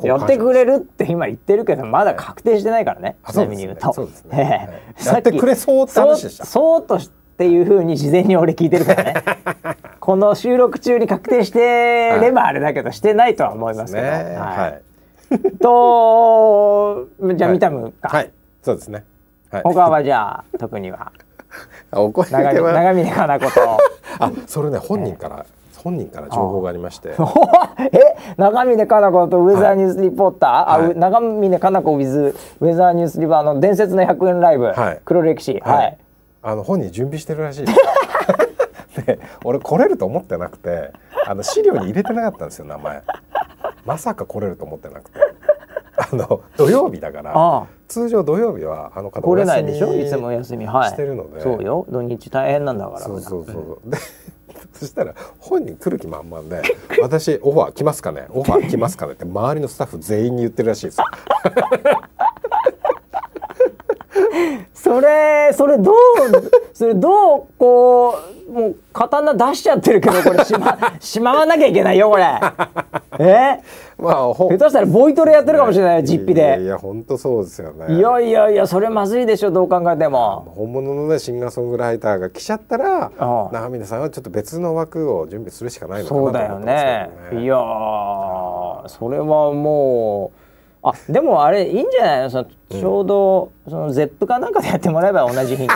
B: の
A: やってくれるって今言ってるけどまだ確定してないからね、
B: あ
A: ちなみに言うと
B: そうですねそうですねはい
A: さき
B: やってくれそうって話でした
A: そうそうとしっていうふうに事前に俺聞いてるから ねこの収録中に確定してればあれだけどしてないとは思いますけ
B: ね
A: ど、
B: はい、はい
A: とじゃあ見たむか、
B: そうですねはい
A: 他はじゃあ特には
B: あお声掛
A: 長
B: け
A: 峰
B: は
A: 長峰かなこと
B: あそれね本人から、本人から情報がありまして
A: え長峰かなことウェザーニュースリポーター、あ
B: は
A: う
B: い
A: 長峰かなこ with ウェザーニュースリポーターの伝説の100円ライブ、
B: はい
A: 黒歴史はい、
B: あの本人準備してるらしいです で俺来れると思ってなくてあの資料に入れてなかったんですよ名前まさか来れると思ってなくてあの土曜日だから
A: ああ
B: 通常土曜日はあの方
A: 来れないでしょいつもお
B: や
A: 休みはい
B: してるので
A: そうよ土日大変なんだから
B: そうそうそう
A: 普段
B: そうで そしたら本人来る気満々で「私オファー来ますかねオファー来ますかね」って周りのスタッフ全員に言ってるらしいですよ
A: それそれどうそれどうこうもう刀出しちゃってるけどこれし ましまわなきゃいけないよこれえ
B: まあほ
A: 下手したらボイトレやってるかもしれないよ実費
B: いやい
A: で
B: や本当そうですよね
A: いやいやいやそれまずいでしょどう考えても
B: 本物のねシンガーソングライターが来ちゃったら
A: ああ
B: 長峰さんはちょっと別の枠を準備するしかないのかな
A: そうだ
B: と
A: よ
B: 思ってます
A: ね
B: けど
A: いやーそれはもうあでもあれいいんじゃないのそのちょうど、そのゼップかなんかでやってもらえば同じ日 に、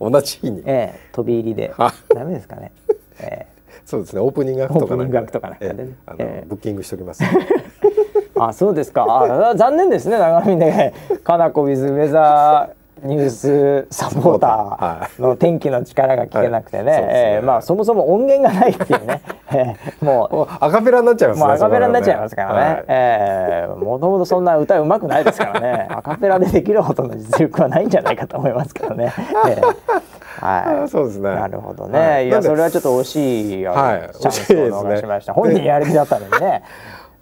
B: 同じ日に
A: ええ、飛び入りで
B: あ
A: ダメですかね、え
B: そうですねオープニングアクトか
A: オープ
B: なんか
A: ニングアクトかなんかでね
B: ええあの
A: ええ
B: ブッキングしておきます
A: え、あそうですかあ残念ですね長峰かなこ with ウェザーニュースサポーターの天気の力が聞けなくてね,、
B: はいそうですね
A: ええまあそもそも音源がないっていうね、ええ、もう
B: もうアカペラになっちゃいますね
A: もうアカペラになっちゃい
B: そこらね
A: ますからね
B: はい。
A: ええもともとそんな歌うまくないですから ね。アカペラでできるほどの実力はないんじゃないかと思いますけ どね。ええ
B: あ
A: は
B: ーそうですね
A: い。なるほど
B: は
A: ね。い
B: な
A: や
B: んで
A: それはちょっと惜しいチ
B: はい
A: ャンスを逃しました。
B: 惜しいですね
A: 本人やる気だったのにね。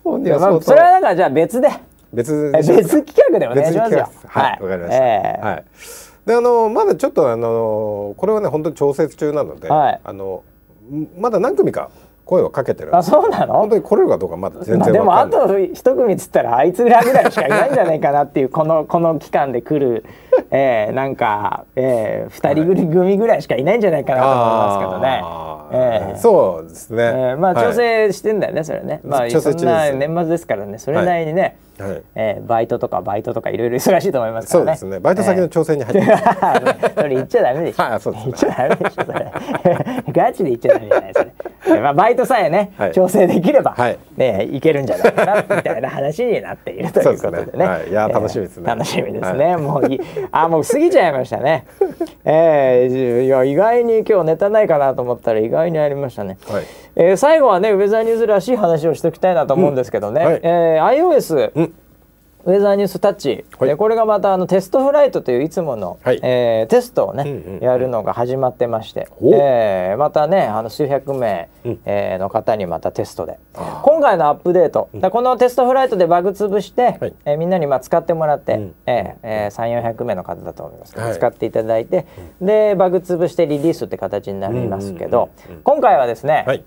B: 本
A: い
B: 人
A: や
B: は
A: ま
B: 相
A: あ
B: 当
A: それはなんかじゃあ別で。
B: 別
A: え
B: にしようか
A: 別企画でお願いしますよ
B: 別に企画ですは、
A: はいい
B: わかりました。
A: ええ
B: はい。で、あのまだちょっとあのこれはね本当に調節中なので、
A: はい
B: あのまだ何組か声はかけてるんで。
A: あそうな
B: 本
A: の
B: 当に来れるかどうかまだ全
A: まあ
B: 然
A: で
B: わ
A: も
B: か
A: あ
B: んない。
A: と一組っつったらあいつらぐらいしかいないんじゃないかなっていうこのこ の期間で来る、えー、なんか、えー、二人組組ぐらいしかいないんじゃないかなと思いま
B: あ
A: すけどね
B: ー。
A: えー
B: そうですね。
A: えーまあ
B: はい
A: 調。整してんだよね、それはね、まあ、
B: 調整中
A: そ
B: で
A: ん
B: す
A: な年末ですからねそれなりにね、
B: はい
A: えーバイトとかバイトとかいろいろ忙しいと思いますか
B: そ
A: ら
B: う
A: ね
B: ですね。バイト先の調整に入ってます。
A: はい それ言っちゃダメでしょ。
B: はいそうですね
A: 言っちゃダメでしょ。それガチで言っちゃダメじゃないですね。まあバイトさえね、
B: はい
A: 調整できれば、
B: はい
A: ねいけるんじゃないかなみたいな話になっているということで
B: そうです
A: ね。
B: ねはいいやー楽しみですね
A: 楽しみですね。もういあもう過ぎちゃいましたね。えー、いや意外に今日ネタないかなと思ったら意外にありましたね。
B: はい
A: えー最後はねウェザーニュースらしい話をしておきたいなと思うんですけどね。
B: うんはい
A: えー iOS、
B: うん
A: ウェザーニュースタッチ、
B: はい
A: でこれがまたあのテストフライトといういつもの、
B: はい
A: えーテストをね、
B: うんうん
A: やるのが始まってまして、
B: お
A: えーまたねあの数百名、えーの方にまたテストで今回のアップデート、だこのテストフライトでバグ潰して、
B: はい
A: えーみんなにまあ使ってもらって、
B: ん
A: えーえー3400名の方だと思いますけど、
B: はい
A: 使っていただいて、でバグ潰してリリースって形になりますけど、今回はですね、
B: はい。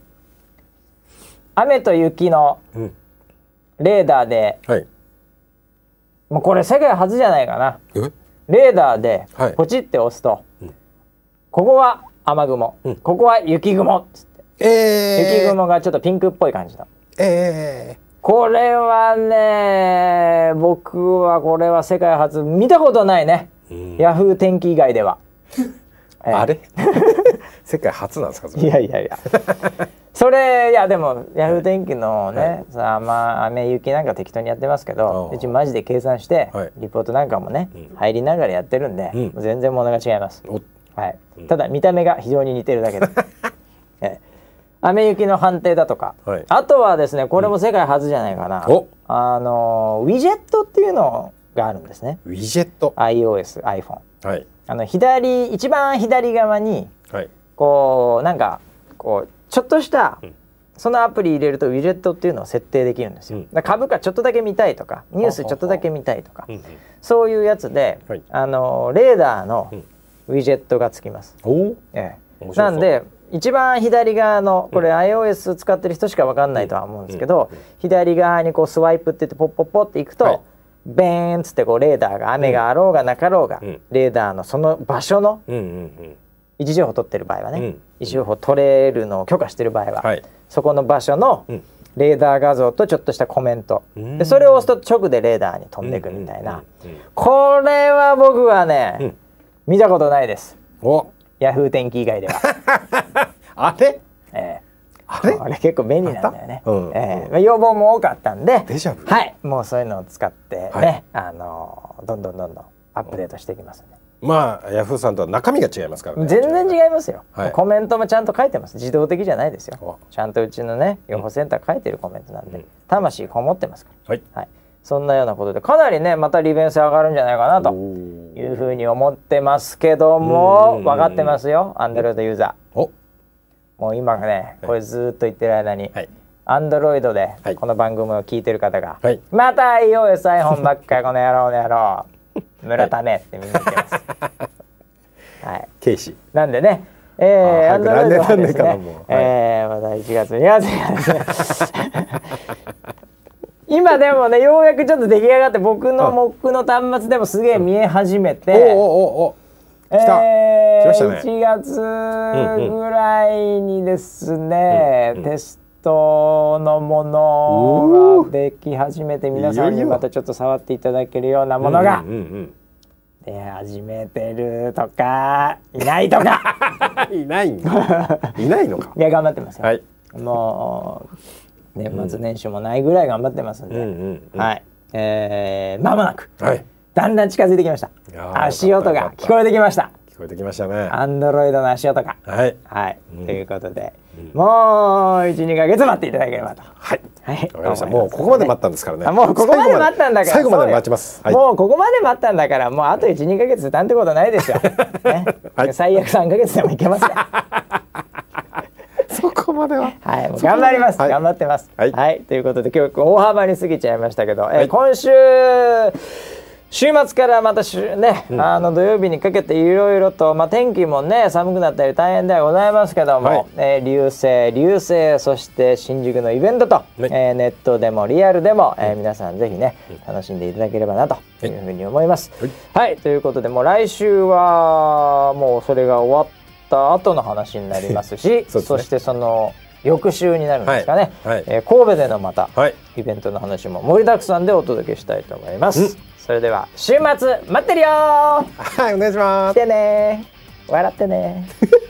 A: 雨と雪の
B: うん
A: レーダーで
B: はい。
A: もうこれ世界初じゃないかな。
B: え？
A: レーダーで
B: はい
A: ポチって押すと、ここは雨雲、ここは雪雲っつって
B: え
A: 雪
B: ー、
A: 雲がちょっとピンクっぽい感じの。
B: え
A: これはね僕はこれは世界初見たことないね、ヤフー天気以外で は。え
B: ー、
A: ー
B: あれ？ 世界初なんですかそ
A: い
B: れ？
A: やいや いやそれいやでもヤフー天気のね、さあまあ雨雪なんか適当にやってますけど
B: ああ
A: うちマジで計算して、
B: はい
A: リポートなんかもね、入りながらやってるんで、
B: うん
A: 全然物が違います。
B: お
A: はい、ただ見た目が非常に似てるだけ で、ええ雨雪の判定だとか、
B: はい
A: あとはですねこれも世界初じゃないかな、
B: うんお
A: あのウィジェットっていうのがあるんですね
B: ウィジェット。
A: iOSiPhone
B: はい
A: あの左一番左側に
B: はい。
A: こうなんかこうちょっとした、そのアプリ入れるとウィジェットっていうのを設定できるんですよ、
B: うん
A: だから株価ちょっとだけ見たいとかニュースちょっとだけ見たいとか、
B: うんうん
A: そういうやつで、
B: はい
A: あのレーダーの
B: ん
A: ウィジェットがつきます、
B: おー
A: ええ
B: 面白、そ
A: な
B: う
A: んで一番左側のこれ iOS 使ってる人しか分かんないとは思うんですけど、左側にこうスワイプって言ってポッポッポっていくと、
B: はい
A: ベーンっつってこうレーダーが雨があろうがなかろうが、
B: うん
A: レーダーのその場所の
B: うんうん
A: 位置情報取ってる場合はね、
B: うん
A: 位置情報取れるのを許可してる場合は、
B: はい
A: そこの場所の
B: うん
A: レーダー画像とちょっとしたコメント、
B: うん
A: でそれを押すと直でレーダーに飛んでくみたいな、
B: うんうんうんうん
A: これは僕はね、
B: うん
A: 見たことないです
B: うん。お
A: ヤフー天気以外で は。
B: あれ？
A: え
B: あ
A: え
B: れ？
A: あれ結構便利なんだよね。
B: あったうん
A: ええまあ要望も多かったんで、
B: デジャブ
A: はい、もうそういうのを使ってね、
B: はい
A: あのどんどんどんどんアップデートしていきますね、
B: まあヤフーさんとは中身が違いますからね。
A: 全然違いますよ、
B: はい
A: コメントもちゃんと書いてます。自動的じゃないですよ
B: お。
A: ちゃんとうちのね、予報センター書いてるコメントなんで、魂こもってますか
B: はい。
A: ら。はい。そんなようなことで、かなりね、また利便性上がるんじゃないかなというふうに思ってますけども、分かってますよ、アンドロイドユーザー。
B: お
A: もう今ね、これずーっと言ってる間に、
B: はい
A: アンドロイドで
B: はい
A: この番組を聞いてる方が、
B: はい
A: また iOS、iPhone ばっかりこの野郎の野郎、村田めってみんな言ってます。はい、
B: 軽視
A: なんでね。えー、
B: あー早く
A: Android はですね
B: 何年かなもうはい
A: えーまた1月2月にはですね今でもねようやくちょっと出来上がって僕のモックの端末でもすげえ見え始めて、
B: おおおおお来た、
A: えー
B: 来ましたね
A: 1月ぐらいにですね、
B: うんうん
A: テストのものができ始めて皆さん
B: いよ
A: に
B: いよ
A: またちょっと触っていただけるようなものが
B: うんうん
A: 出始めてるとかいないとか
B: うん、いないんだいないのか
A: いや頑張ってますよ、
B: はい
A: もう年末年始もないぐらい頑張ってますんで、
B: んは
A: はい、えー、間もなく
B: い、はい、
A: だんだん近づいてきました
B: いやー
A: 足音
B: よか
A: が
B: った
A: 聞こえてきました
B: 聞こえてきましたね
A: アンドロイドの足音が
B: はい
A: はい、
B: うん
A: ということで、もう12か月待っていただければと。
B: はい
A: はい、
B: わかりました
A: 思い
B: もうここまで待ったんですからね
A: あもうここまで待ったんだから
B: 最後まで最後まで待ちま
A: そ
B: す
A: うよもうここまで待ったんだからもうあと12か月なんてことないですよ、ね
B: はい
A: 最悪3か月でもいけますから
B: そこまでは。
A: はい、もう頑張ります、
B: はい
A: 頑張ってます。は、
B: はいい
A: ということで今日大幅に過ぎちゃいましたけど、えー
B: はい
A: 今週週末からまた週ね、あの土曜日にかけていろいろと、まあ、天気もね寒くなったり大変ではございますけども、
B: はい
A: えー流星流星そして新宿のイベントと、え
B: い
A: ーネットでもリアルでも、えー皆さんぜひね楽しんでいただければなというふうに思います。はい、ということでもう来週はもうそれが終わった後の話になります し
B: そうです
A: そ
B: ね
A: してでその翌週になるんですかね、
B: はいはい
A: えー神戸でのまた
B: はい。
A: イベントの話も盛りだくさんでお届けしたいと思います、
B: うん
A: それでは週末待ってるよー
B: はい、お願いしま
A: 来。てねー笑ってねー